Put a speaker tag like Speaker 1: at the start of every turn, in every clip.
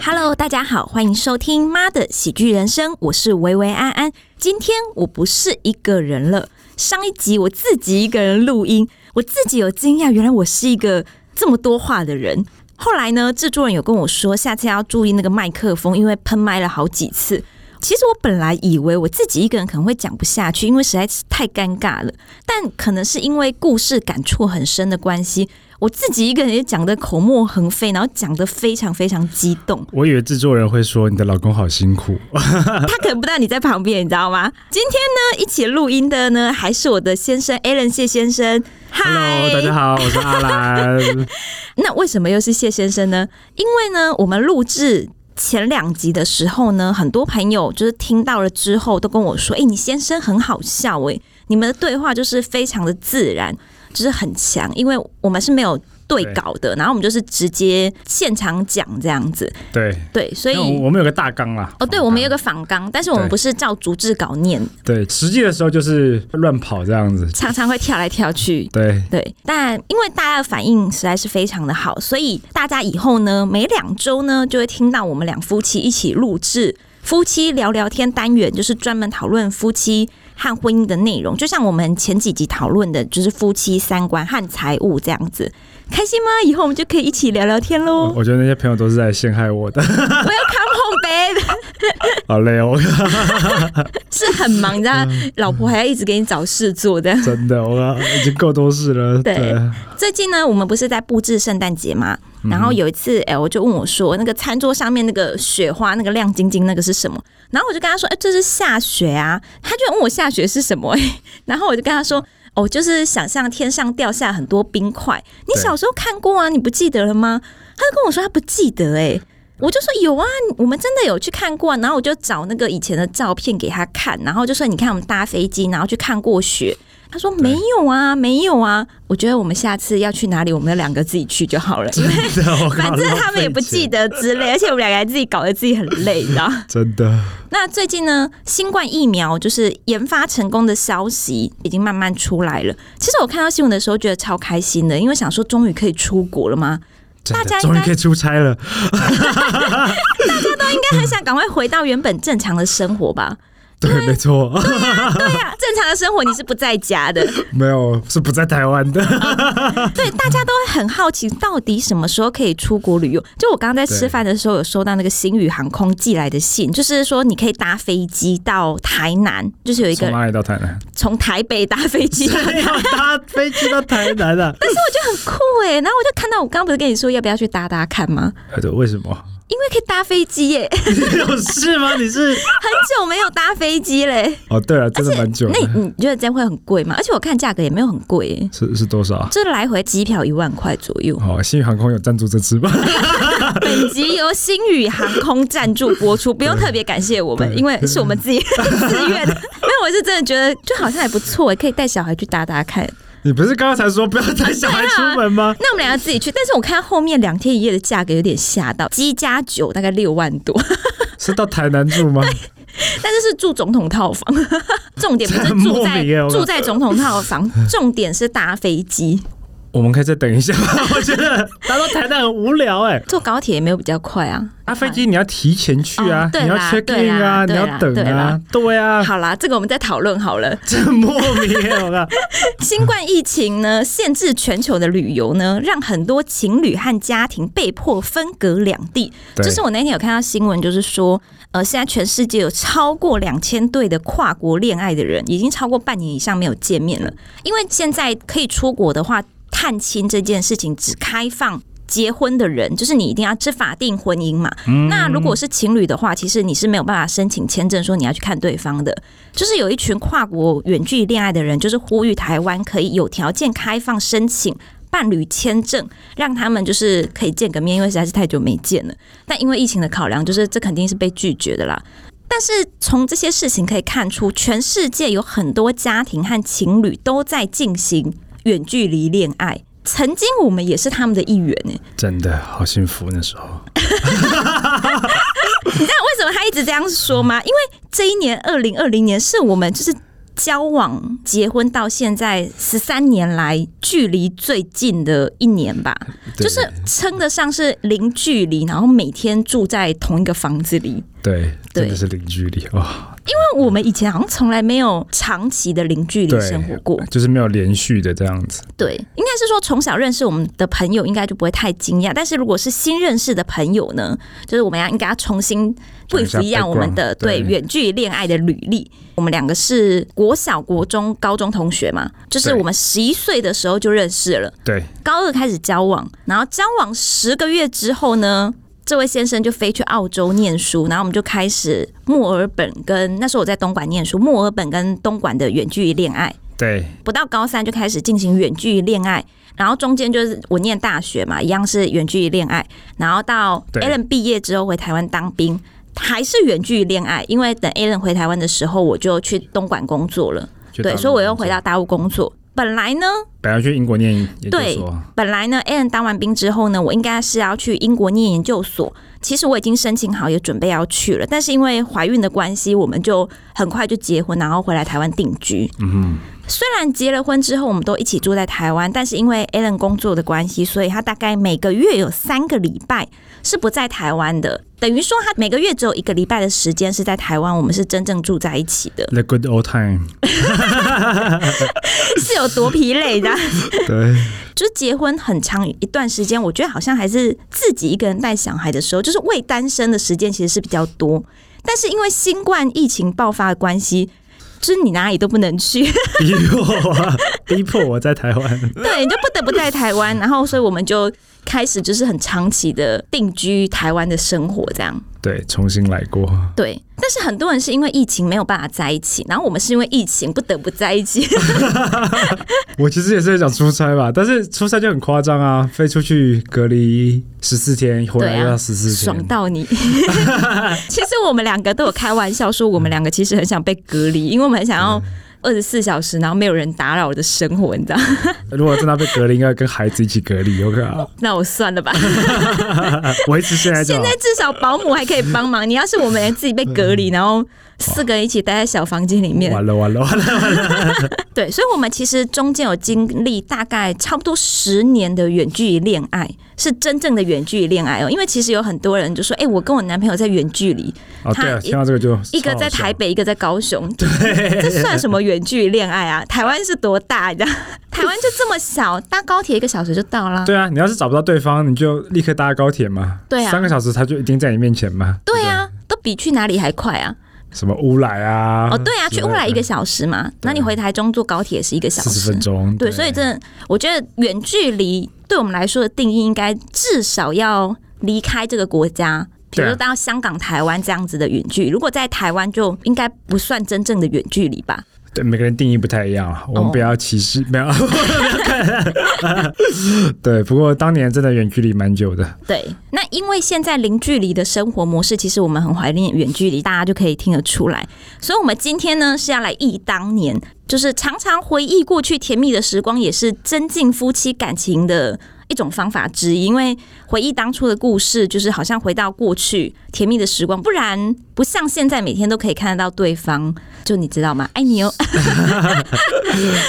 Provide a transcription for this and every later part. Speaker 1: Hello，大家好，欢迎收听《妈的喜剧人生》，我是维维安安。今天我不是一个人了，上一集我自己一个人录音，我自己有惊讶，原来我是一个这么多话的人。后来呢，制作人有跟我说，下次要注意那个麦克风，因为喷麦了好几次。其实我本来以为我自己一个人可能会讲不下去，因为实在是太尴尬了。但可能是因为故事感触很深的关系，我自己一个人也讲的口沫横飞，然后讲的非常非常激动。
Speaker 2: 我以为制作人会说你的老公好辛苦，
Speaker 1: 他可能不知道你在旁边，你知道吗？今天呢，一起录音的呢，还是我的先生 Alan 谢先生。嗨
Speaker 2: Hello，大家好，我是阿兰。
Speaker 1: 那为什么又是谢先生呢？因为呢，我们录制前两集的时候呢，很多朋友就是听到了之后都跟我说：“哎、你先生很好笑哎、你们的对话就是非常的自然，就是很强，因为我们是没有对稿的，然后我们就是直接现场讲这样子。
Speaker 2: 对，”
Speaker 1: 对，所以
Speaker 2: 那我我们有个大纲啦。
Speaker 1: 哦，对，我们有个仿纲，但是我们
Speaker 2: 对
Speaker 1: 不是照逐字稿念，
Speaker 2: 对实际的时候就是乱跑这样子。
Speaker 1: 常常会跳来跳去，
Speaker 2: 对，
Speaker 1: 对，但因为大家的反应实在是非常的好，所以大家以后呢，每两周呢就会听到我们两夫妻一起录制夫妻聊聊天单元，就是专门讨论夫妻和婚姻的内容。就像我们前几集讨论的，就是夫妻三观和财务这样子，开心吗？以后我们就可以一起聊聊天
Speaker 2: 我
Speaker 1: 喽。
Speaker 2: 我觉得那些朋友都是在陷害 我的，
Speaker 1: Welcome home, babe，
Speaker 2: 好累哦，
Speaker 1: 是很忙，你知道，老婆还要一直给你找事做的。
Speaker 2: 真的，我已经够多事了。
Speaker 1: 对最近呢，我们不是在布置圣诞节吗？然后有一次，哎、我就问我说，那个餐桌上面那个雪花，那个亮晶晶，那个是什么？然后我就跟他说，哎、这是下雪啊。他就问我下雪是什么、哎，然后我就跟他说，哦，就是想象天上掉下很多冰块。你
Speaker 2: 对
Speaker 1: 小时候看过啊？你不记得了吗？他就跟我说他不记得、哎。我就说有啊，我们真的有去看过啊、然后我就找那个以前的照片给他看，然后就说你看我们搭飞机，然后去看过雪。他说没有啊，没有啊。我觉得我们下次要去哪里，我们两个自己去就好了，因为
Speaker 2: 真的，我
Speaker 1: 反正他们也不记
Speaker 2: 得，
Speaker 1: 得之类，而且我们两个还自己搞得自己很累，你知道。
Speaker 2: 真的。
Speaker 1: 那最近呢，新冠疫苗就是研发成功的消息已经慢慢出来了。其实我看到新闻的时候，觉得超开心的，因为想说终于可以出国了 吗？
Speaker 2: 真的
Speaker 1: 大家应该
Speaker 2: 终于可以出差了，
Speaker 1: 应该很想赶快回到原本正常的生活吧？
Speaker 2: 对，没错，
Speaker 1: 对呀、正常的生活你是不在家的，
Speaker 2: 没有是不在台湾的，
Speaker 1: 对，大家都会很好奇，到底什么时候可以出国旅游？就我刚刚在吃饭的时候，有收到那个星宇航空寄来的信，就是说你可以搭飞机到台南，就是有一
Speaker 2: 从
Speaker 1: 个
Speaker 2: 哪里到 台南？
Speaker 1: 从台北搭飞机到台
Speaker 2: 要搭飞机到台南 啊？
Speaker 1: 酷哎、然后我就看到我刚刚不是跟你说要不要去搭搭看吗？
Speaker 2: 呃对为什么？
Speaker 1: 因为可以搭飞机耶、
Speaker 2: 有事吗？你是？
Speaker 1: 很久没有搭飞机嘞。
Speaker 2: 哦，对了，真的蛮久
Speaker 1: 那
Speaker 2: 的，
Speaker 1: 你你觉得这样会很贵吗？而且我看价格也没有很贵耶、
Speaker 2: 是是多少啊？
Speaker 1: 就是来回机票一万块左右。
Speaker 2: 哦，新宇航空有赞助这次吗？
Speaker 1: 本集由星宇航空赞助播出，不用特别感谢我们，
Speaker 2: 对
Speaker 1: 因为是我们自己 自愿的。没有，我是真的觉得就好像还不错，可以带小孩去打打看。
Speaker 2: 你不是刚刚才说不要带小孩出门吗？
Speaker 1: 那我们俩自己去，但是我看后面两天一夜的价格有点吓到，鸡加酒大概六万多，
Speaker 2: 是到台南住吗？
Speaker 1: 但是是住总统套 房，重点不是
Speaker 2: 这很
Speaker 1: 住
Speaker 2: 莫
Speaker 1: 在
Speaker 2: 名耶我
Speaker 1: 住在总统套房，重点是搭飞机，
Speaker 2: 我们可以再等一下吗？ 我觉得来到台南很无聊哎、
Speaker 1: 坐高铁也没有比较快啊。
Speaker 2: 搭飞机你要提前去啊，
Speaker 1: 哦对啦
Speaker 2: 你要 check in 啊，你
Speaker 1: 对啦
Speaker 2: 要等
Speaker 1: 对啦
Speaker 2: 啊，对啊，
Speaker 1: 好啦，这个我们再讨论好了。
Speaker 2: 这很莫名啊耶、我看
Speaker 1: 新冠疫情呢，限制全球的旅游呢，让很多情侣和家庭被迫分隔两地。
Speaker 2: 对
Speaker 1: 就是我那天有看到新闻，就是说，呃，现在全世界有超过两千对的跨国恋爱的人，已经超过半年以上没有见面了。因为现在可以出国的话，探亲这件事情只开放。结婚的人就是你一定要是法定婚姻嘛，那如果是情侣的话，其实你是没有办法申请签证说你要去看对方的。就是有一群跨国远距离恋爱的人，就是呼吁台湾可以有条件开放申请。伴侣签证让他们就是可以见个面，因为实在是太久没见了。但因为疫情的考量，就是这肯定是被拒绝的啦。但是从这些事情可以看出，全世界有很多家庭和情侣都在进行远距离恋爱。曾经我们也是他们的一员欸呢、
Speaker 2: 真的好幸福那时候，
Speaker 1: 你知道为什么他一直这样说吗？因为这一年二零二零年是我们就是交往、结婚到现在十三年来，距离最近的一年吧，
Speaker 2: 对
Speaker 1: 就是称得上是零距离，然后每天住在同一个房子里。
Speaker 2: 对，
Speaker 1: 对
Speaker 2: 真的是零距离啊，
Speaker 1: 因为我们以前好像从来没有长期的零距离
Speaker 2: 对，
Speaker 1: 生活过，
Speaker 2: 就是没有连续的这样子。
Speaker 1: 对，应该是说从小认识我们的朋友，应该就不会太惊讶。但是如果是新认识的朋友呢，就是我们要应该要重新
Speaker 2: 讲一下
Speaker 1: brief 一样
Speaker 2: background，
Speaker 1: 我们的对
Speaker 2: 对
Speaker 1: 远距离恋爱的履历。我们两个是国小、国中、高中同学嘛，就是
Speaker 2: 对
Speaker 1: 我们十一岁的时候就认识了，
Speaker 2: 对，
Speaker 1: 高二开始交往，然后交往十个月之后呢。这位先生就飞去澳洲念书，然后我们就开始墨尔本跟那时候我在东莞念书，墨尔本跟东莞的远距离恋爱。
Speaker 2: 对，
Speaker 1: 不到高三就开始进行远距离恋爱，然后中间就是我念大学嘛，一样是远距离恋爱，然后到
Speaker 2: 对
Speaker 1: Alan 毕业之后回台湾当兵，还是远距离恋爱，因为等 Alan 回台湾的时候，我就去东莞工作了，
Speaker 2: 就
Speaker 1: 对，
Speaker 2: 当
Speaker 1: 所以我又回到大陆工作。本来呢，
Speaker 2: 本来去英国念研究
Speaker 1: 对
Speaker 2: 所，
Speaker 1: 本来呢，Alan 当完兵之后呢，我应该是要去英国念研究所。其实我已经申请好，也准备要去了，但是因为怀孕的关系，我们就很快就结婚，然后回来台湾定居。
Speaker 2: 嗯
Speaker 1: 虽然结了婚之后我们都一起住在台湾，但是因为 Alan 工作的关系，所以他大概每个月有三个礼拜是不在台湾的，等于说他每个月只有一个礼拜的时间是在台湾，我们是真正住在一起 的，
Speaker 2: ，The Good Old Time，
Speaker 1: 是有多疲累的啊。
Speaker 2: 对，
Speaker 1: 就是结婚很长一段时间，我觉得好像还是自己一个人带小孩的时候，就是未单身的时间其实是比较多。但是因为新冠疫情爆发的关系，就是你哪里都不能去，
Speaker 2: 逼迫啊，逼迫我在台 湾，
Speaker 1: 对，你就不得不在台湾，然后所以我们就开始就是很长期的定居台湾的生活这样。
Speaker 2: 对，重新来过，
Speaker 1: 对，但是很多人是因为疫情没有办法在一起，然后我们是因为疫情不得不在一起。
Speaker 2: 我其实也是很想出差吧，但是出差就很夸张啊，飞出去隔离十四天，回
Speaker 1: 对
Speaker 2: 来
Speaker 1: 啊，
Speaker 2: 要十四天
Speaker 1: 爽，到你！ 其实我们两个都有开玩笑说，我们两个其实很想被隔离，因为我们很想要二十四小时，然后没有人打扰的生活，你知道？
Speaker 2: 如果真的要被隔离，应该跟孩子一起隔离，有可能
Speaker 1: 那我算了吧，
Speaker 2: 维持现在就
Speaker 1: 现
Speaker 2: 好
Speaker 1: 在。至少保姆还可以帮忙。你要是我们自己被隔离，然后四个人一起待在小房间里面，
Speaker 2: 完了完了完了，
Speaker 1: 对，所以，我们其实中间有经历大概差不多十年的远距离恋爱，是真正的远距离恋爱哦。因为其实有很多人就说：“哎、我跟我男朋友在远距离，
Speaker 2: 哦对啊，
Speaker 1: 他一
Speaker 2: 听到这个就
Speaker 1: 一个在台北，一个在高 雄，这算什么远距离恋爱啊？台湾是多大？ 你知道，台湾就这么小，搭高铁一个小时就到啦。
Speaker 2: 对啊，你要是找不到对方，你就立刻搭高铁嘛。
Speaker 1: 对啊
Speaker 2: 三个小时他就一定在你面前嘛。
Speaker 1: 对啊，都比去哪里还快啊！
Speaker 2: 什么乌来啊？
Speaker 1: 哦，对啊，去乌来一个小时嘛，那你
Speaker 2: 对啊
Speaker 1: 回台中坐高铁是一个小
Speaker 2: 四
Speaker 1: 时
Speaker 2: 十分。钟。啊
Speaker 1: 对，所以真的，我觉得远距离对我们来说的定义，应该至少要离开这个国家，比如说
Speaker 2: 对啊
Speaker 1: 到香港、台湾这样子的远距离。如果在台湾，就应该不算真正的远距离吧？
Speaker 2: 对每个人定义不太一样啊，我们不要歧视， 不要不要看。对，不过当年真的远距离蛮久的，
Speaker 1: 对。那因为现在零距离的生活模式，其实我们很怀念远距离，大家就可以听得出来。所以，我们今天呢是要来忆当年，就是常常回忆过去甜蜜的时光，也是增进夫妻感情的一种方法之一。因为回忆当初的故事，就是好像回到过去甜蜜的时光，不然不像现在每天都可以看得到对方。就你知道吗？爱你哦。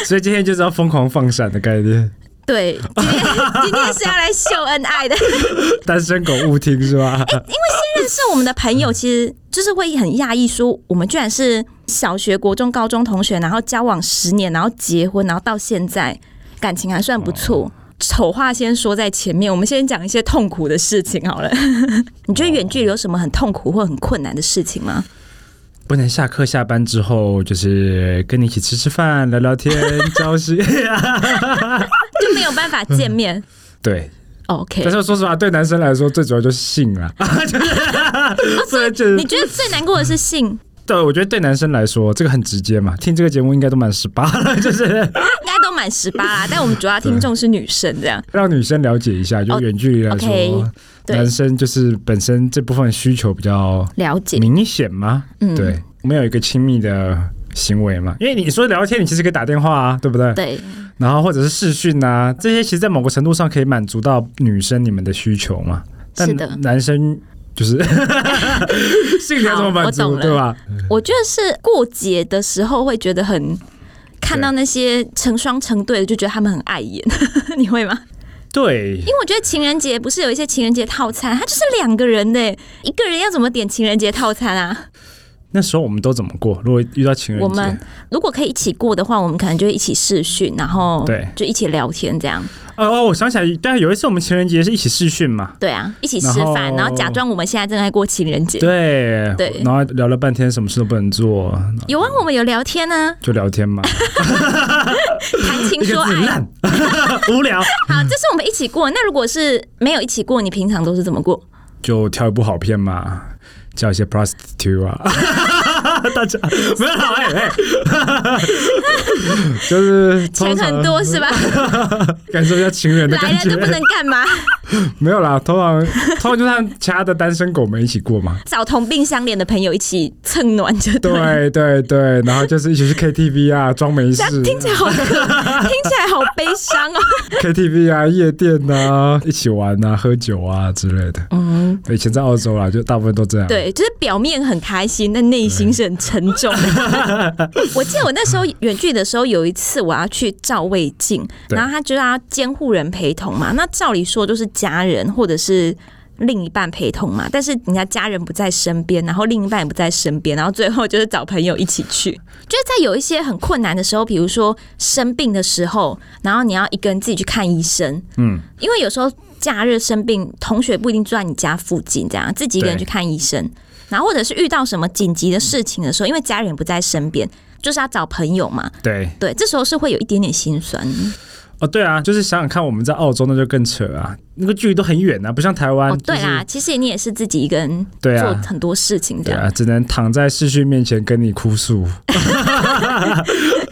Speaker 2: 所以今天就是要疯狂放闪的概念，
Speaker 1: 对，今天今天是要来秀恩爱的。
Speaker 2: 单身狗勿听是吧？
Speaker 1: 认识我们的朋友，其实就是会很讶异，说我们居然是小学、国中、高中同学，然后交往十年，然后结婚，然后到现在感情还算不错。丑话先说在前面，我们先讲一些痛苦的事情好了。 你觉得远距离有什么很痛苦或很困难的事情吗？
Speaker 2: 不能下课下班之后就是跟你一起吃吃饭、聊聊天、交心。
Speaker 1: 就没有办法见面。哦
Speaker 2: 对，但
Speaker 1: OK，
Speaker 2: 是说实话，对男生来说最主要就是性啦， 就是就是
Speaker 1: 你觉得最难过的是性？
Speaker 2: 对，我觉得对男生来说这个很直接嘛，听这个节目应该都满十八了，就是
Speaker 1: 应该都满十八啦，但我们主要听众是女生，这样
Speaker 2: 让女生了解一下，就远距离来说
Speaker 1: 哦 OK，对
Speaker 2: 男生就是本身这部分需求比较
Speaker 1: 了解。
Speaker 2: 明显嘛，
Speaker 1: 嗯
Speaker 2: 对，没有一个亲密的行为嘛，因为你说聊天，你其实可以打电话啊，对不对？
Speaker 1: 对，
Speaker 2: 然后或者是视讯啊，这些其实在某个程度上可以满足到女生你们的需求嘛，但
Speaker 1: 是的
Speaker 2: 男生就是 性别怎么满
Speaker 1: 好
Speaker 2: 足，
Speaker 1: 我懂了
Speaker 2: 对吧？
Speaker 1: 我觉得是过节的时候会觉得很。看到那些成双成对的，就觉得他们很碍眼， 你会吗？
Speaker 2: 对
Speaker 1: 因为我觉得情人节不是有一些情人节套餐，它就是两个人的，一个人要怎么点情人节套餐啊？
Speaker 2: 那时候我们都怎么过？如果遇到情人节，
Speaker 1: 我们如果可以一起过的话，我们可能就一起视讯，然后
Speaker 2: 对
Speaker 1: 就一起聊天这样。
Speaker 2: 哦哦，我想起来，但有一次我们情人节是一起试训嘛，
Speaker 1: 对啊，一起吃
Speaker 2: 然
Speaker 1: 饭，
Speaker 2: 后
Speaker 1: 然后嗯假装我们现在正在过情人节。
Speaker 2: 对
Speaker 1: 对
Speaker 2: 然后聊了半天，什么事都不能做，
Speaker 1: 有啊，我们有聊天 啊，
Speaker 2: 就聊天嘛，
Speaker 1: 谈情
Speaker 2: 一个
Speaker 1: 说
Speaker 2: 字
Speaker 1: 爱。
Speaker 2: 烂， 无聊，
Speaker 1: 好，这是我们一起过。那如果是没有一起过，你平常都是怎么过？
Speaker 2: 就挑一部好片嘛，叫一些 prostitute 啊， 大家没有啦哎哎， 就是
Speaker 1: 钱
Speaker 2: 通常
Speaker 1: 很多是吧？
Speaker 2: 感受一下情人的
Speaker 1: 来
Speaker 2: 感
Speaker 1: 了
Speaker 2: 觉
Speaker 1: 就，不能干 嘛？
Speaker 2: 没有啦，通常通常就是和其他的单身狗们一起过嘛，
Speaker 1: 找同病相怜的朋友一起蹭暖就对了。
Speaker 2: 对啊对对，然后就是一起去 KTV 啊，装没事
Speaker 1: 这样听起来好可，听起来好悲伤 哦。
Speaker 2: ，KTV 啊，夜店啊，一起玩啊，喝酒啊之类的。
Speaker 1: 嗯，
Speaker 2: 以前在澳洲啦，就大部分都这样。
Speaker 1: 对，就是表面很开心，但内心是很沉重的。 我记得我那时候远距的时候，有一次我要去照胃镜，
Speaker 2: 对
Speaker 1: 然后他就要监护人陪同嘛。那照理说就是家人或者是。另一半陪同嘛，但是人家家人不在身边，然后另一半也不在身边，然后最后就是找朋友一起去。就是在有一些很困难的时候，比如说生病的时候，然后你要一个人自己去看医生，
Speaker 2: 嗯，
Speaker 1: 因为有时候假日生病，同学不一定住在你家附近，这样自己一个人
Speaker 2: 对
Speaker 1: 去看医生，然后或者是遇到什么紧急的事情的时候，因为家人不在身边，就是要找朋友嘛。
Speaker 2: 对
Speaker 1: 对，这时候是会有一点点心酸。
Speaker 2: 哦，对啊，就是想想看，我们在澳洲那就更扯啊，那个距离都很远啊，不像台湾。
Speaker 1: 哦，对
Speaker 2: 就是
Speaker 1: 啦，其实你也是自己一个人
Speaker 2: 对
Speaker 1: 做
Speaker 2: 啊，
Speaker 1: 很多事情这
Speaker 2: 对
Speaker 1: 样，
Speaker 2: 啊，只能躺在视讯面前跟你哭诉，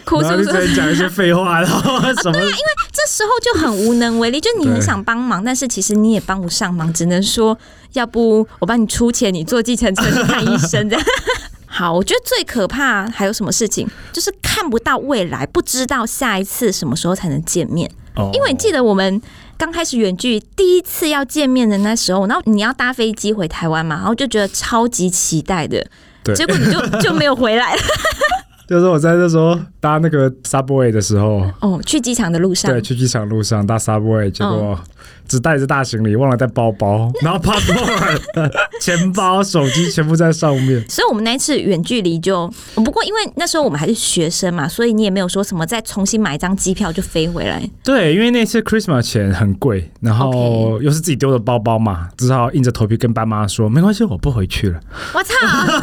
Speaker 1: 哭诉哦啊
Speaker 2: 然后
Speaker 1: 说
Speaker 2: 就只能讲一些废话，然后什么、
Speaker 1: 这时候就很无能为力，就你很想帮忙，但是其实你也帮不上忙，只能说要不我帮你出钱，你坐计程车去看医生这 样。好，我觉得最可怕还有什么事情，就是看不到未来，不知道下一次什么时候才能见面。
Speaker 2: 哦
Speaker 1: 因为你记得我们刚开始远距第一次要见面的那时候，然后你要搭飞机回台湾嘛，然后就觉得超级期待的，
Speaker 2: 对
Speaker 1: 结果你就就没有回来了。
Speaker 2: 就是我在那时候搭那个 subway 的时候，
Speaker 1: 哦，去机场的路上
Speaker 2: 对，，去机场路上搭 subway，结
Speaker 1: 嗯
Speaker 2: 果只带着大行李，忘了带包包，然后 passport、钱 包、手机全部在上面。
Speaker 1: 所以我们那一次远距离就，不过因为那时候我们还是学生嘛，所以你也没有说什么再重新买一张机票就飞回来。
Speaker 2: 对，因为那次 Christmas 钱很贵，然后又是自己丢的包包嘛，只好硬着头皮跟爸妈说没关系，我不回去了。
Speaker 1: 我 操！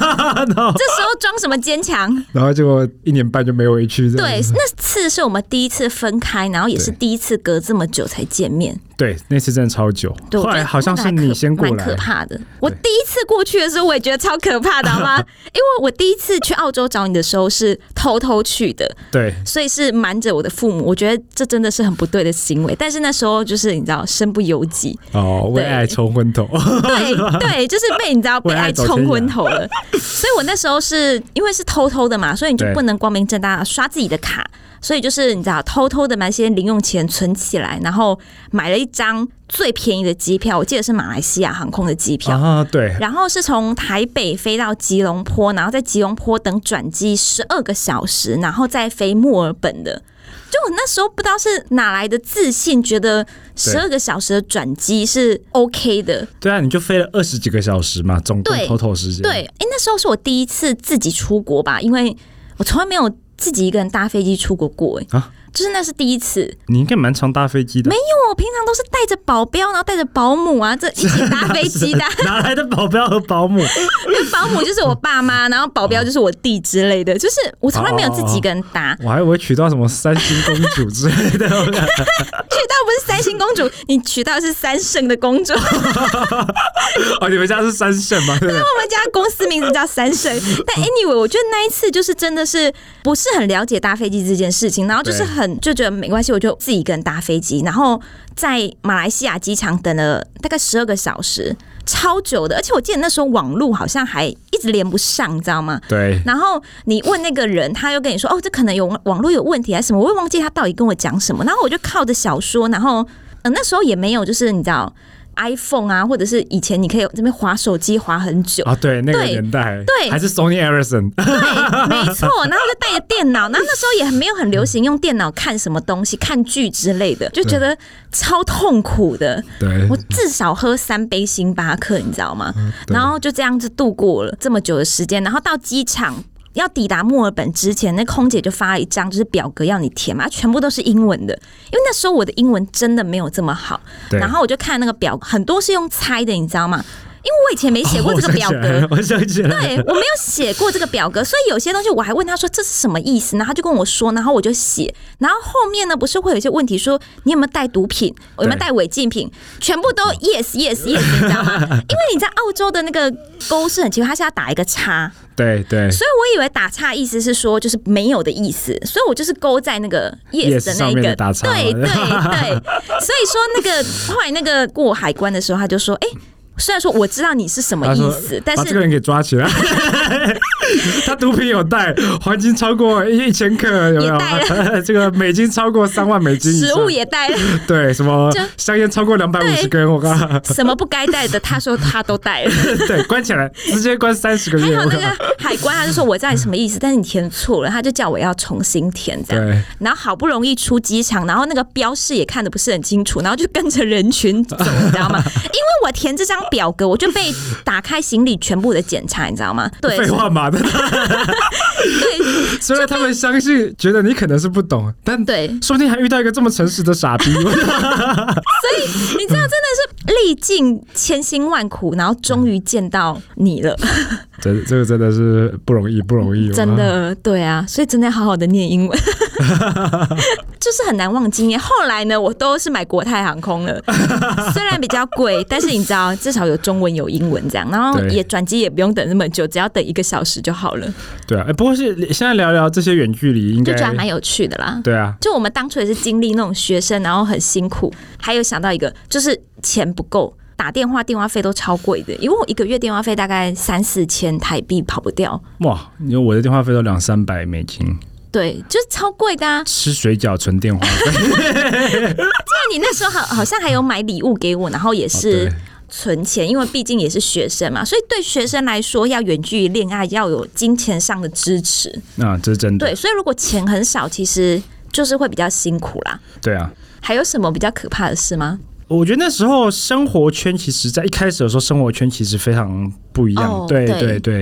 Speaker 1: 这时候装什么坚强？
Speaker 2: 然后结果一年半就没回去。这
Speaker 1: 对
Speaker 2: 样子，
Speaker 1: 那次是我们第一次分开，然后也是
Speaker 2: 嗯对
Speaker 1: 第一次隔这么久才见面。
Speaker 2: 对，那次真的超久。
Speaker 1: 对，我
Speaker 2: 后
Speaker 1: 觉
Speaker 2: 来
Speaker 1: 得
Speaker 2: 好像是你先过
Speaker 1: 蛮可
Speaker 2: 来，
Speaker 1: 怕的。我第一次过去的时候，我也觉得超可怕的，好吗？因为我第一次去澳洲找你的时候是偷偷去的，
Speaker 2: 对
Speaker 1: 所以是瞒着我的父母。我觉得这真的是很不对的行为。但是那时候就是你知道，身不由己。
Speaker 2: 哦，为
Speaker 1: 对
Speaker 2: 爱冲昏 头。
Speaker 1: 对对，就是被你知道被
Speaker 2: 为爱
Speaker 1: 爱
Speaker 2: 走
Speaker 1: 冲
Speaker 2: 天
Speaker 1: 昏
Speaker 2: 涯
Speaker 1: 头了，所以我那时候是因为是偷偷的嘛，所以你就
Speaker 2: 对
Speaker 1: 不能光明正大刷自己的卡，所以就是你知道偷偷的把一些零用钱存起来，然后买了一张最便宜的机票，我记得是马来西亚航空的机票。
Speaker 2: 啊，对，
Speaker 1: 然后是从台北飞到吉隆坡，然后在吉隆坡等转机十二个小时，然后再飞墨尔本的。就我那时候不知道是哪来的自信，觉得十二个小时的转机是 OK 的。
Speaker 2: 对啊，你就飞了二十几个小时嘛，总共
Speaker 1: 对
Speaker 2: total 时间。
Speaker 1: 对，哎、那时候是我第一次自己出国吧，因为我从来没有自己一个人搭飞机出国过、哎、
Speaker 2: 啊
Speaker 1: 就是那是第一次，因
Speaker 2: 你应该蛮常搭飞机的。没
Speaker 1: 为我平常都是带着保镖，然后带着保姆啊，这一起搭飞机的啊，
Speaker 2: 哪来的保镖和保姆？
Speaker 1: 因为保姆就是我爸妈，然后保镖就是我弟之类的，就是我从来没有自己一个人搭。
Speaker 2: 我还以为娶到什么三星公主之类
Speaker 1: 娶
Speaker 2: 的。
Speaker 1: 到不是三星公主，你娶到是三圣的公主。我
Speaker 2: 哦，你们家是三圣吗？对不对？
Speaker 1: 们家公司名字叫三圣，但 anyway，我觉得那一次就是真的是不是很了解搭飞机这件事情，然后就是
Speaker 2: 对
Speaker 1: 很就觉得没关系，我就自己一个人搭飞机，然后在马来西亚机场等了大概十二个小时，超久的，而且我记得那时候网络好像还一直连不上，你知道吗？
Speaker 2: 对，
Speaker 1: 然后你问那个人，他又跟你说哦，这可能有网络有问题还啊是什么，我也忘记他到底跟我讲什么。然后我就靠着小说，然后呃那时候也没有就是你知道。 iPhone 啊，或者是以前你可以这边划手机划很久，
Speaker 2: 啊，对，那个
Speaker 1: 对
Speaker 2: 年代，
Speaker 1: 对
Speaker 2: 还是 Sony Ericsson，
Speaker 1: 对，没错。然后就带着电脑，然后那时候也没有很流行用电脑看什么东西，看剧之类的，就觉得超痛苦的。
Speaker 2: 对嗯
Speaker 1: 我，至少喝三杯星巴克，你知道吗？
Speaker 2: 对
Speaker 1: 然后就这样子度过了这么久的时间，然后到机场。要抵达墨尔本之前，那空姐就发了一张就是表格要你填嘛，全部都是英文的，因为那时候我的英文真的没有这么好。
Speaker 2: 对
Speaker 1: 然后我就看那个表，很多是用猜的，你知道吗？因为我以前没写过这个表格，
Speaker 2: 哦 我想起来了，我想起
Speaker 1: 对
Speaker 2: 来了，
Speaker 1: 我没有写过这个表格，所以有些东西我还问他说这是什么意思，然后他就跟我说，然后我就写，然后后面呢不是会有一些问题说你有没有带毒品，我有没有带违禁品，全部都
Speaker 2: 嗯
Speaker 1: yes yes yes，你知道吗？因为你在澳洲的那个勾是很奇怪，它是要打一个叉，
Speaker 2: 对对
Speaker 1: 所以我以为打叉意思是说就是没有的意思，所以我就是勾在那个
Speaker 2: Yes，
Speaker 1: yes 的那
Speaker 2: 上
Speaker 1: 一
Speaker 2: 面
Speaker 1: 个，
Speaker 2: 的打叉
Speaker 1: 对
Speaker 2: 嘛
Speaker 1: 对对，所以说那个后来那个过海关的时候，他就说，哎、虽然说我知道你是什么
Speaker 2: 他
Speaker 1: 意
Speaker 2: 说
Speaker 1: 思，但
Speaker 2: 把
Speaker 1: 是
Speaker 2: 这个人给抓 起来，他毒品有带，黄金超过一千克，有没
Speaker 1: 也带
Speaker 2: 有？这个美金超过三万美金以上，
Speaker 1: 食物也带了。
Speaker 2: 对，什么
Speaker 1: 就
Speaker 2: 香烟超过两百五十根，我刚刚
Speaker 1: 什么不该带的，他说他都带了。
Speaker 2: 对关起来，直接关三十个
Speaker 1: 还
Speaker 2: 月，
Speaker 1: 有
Speaker 2: 我
Speaker 1: 那
Speaker 2: 刚刚
Speaker 1: 个海关，他就说我知道你什么意思，但是你填错了，他就叫我要重新填这样。
Speaker 2: 对。
Speaker 1: 然后好不容易出机场，然后那个标示也看得不是很清楚，然后就跟着人群走，你知道 吗？因为我填这张表格，我就被打开行李全部的检查，你知道吗？对
Speaker 2: 废话嘛，
Speaker 1: 对，
Speaker 2: 虽然他们相信，觉得你可能是不懂，但
Speaker 1: 对
Speaker 2: 说不定还遇到一个这么诚实的傻逼。
Speaker 1: 你知道真的是历尽千辛万苦，然后终于见到你了，
Speaker 2: 这这个真的是不容易，不容易，哦
Speaker 1: 真。的对啊，所以真的要好好的念 英文，就是很难忘经验。后来呢，我都是买国泰航空 了，虽然比较贵，但是你知道，至少有中文有英文这样，然后
Speaker 2: 对
Speaker 1: 也转机也不用等那么久，只要等一个小时就好了，
Speaker 2: 对啊，哎，不过是现在聊聊这些远距离，应
Speaker 1: 就
Speaker 2: 该
Speaker 1: 觉得还蛮有趣的啦。
Speaker 2: 对啊，
Speaker 1: 就我们当初也是经历那种学生，然后很辛苦，还有想到一个，就是钱不够。打电话电话费都超贵的，因为我一个月电话费大概三四千台币跑不掉，
Speaker 2: 哇，你说我的电话费都两三百美金，
Speaker 1: 对，就是超贵的啊。
Speaker 2: 吃水饺存电话费，
Speaker 1: 那你那时候好好像还有买礼物给我，然后也是
Speaker 2: 哦对
Speaker 1: 存钱，因为毕竟也是学生嘛，所以对学生来说，要远距离恋爱要有金钱上的支持。
Speaker 2: 啊，这是真的
Speaker 1: 对，，所以如果钱很少，其实就是会比较辛苦啦。
Speaker 2: 对啊。
Speaker 1: 还有什么比较可怕的事吗？
Speaker 2: 我觉得那时候生活圈，其实在一开始的时候，生活圈其实非常不一样。
Speaker 1: 哦
Speaker 2: 对
Speaker 1: 对
Speaker 2: 对对，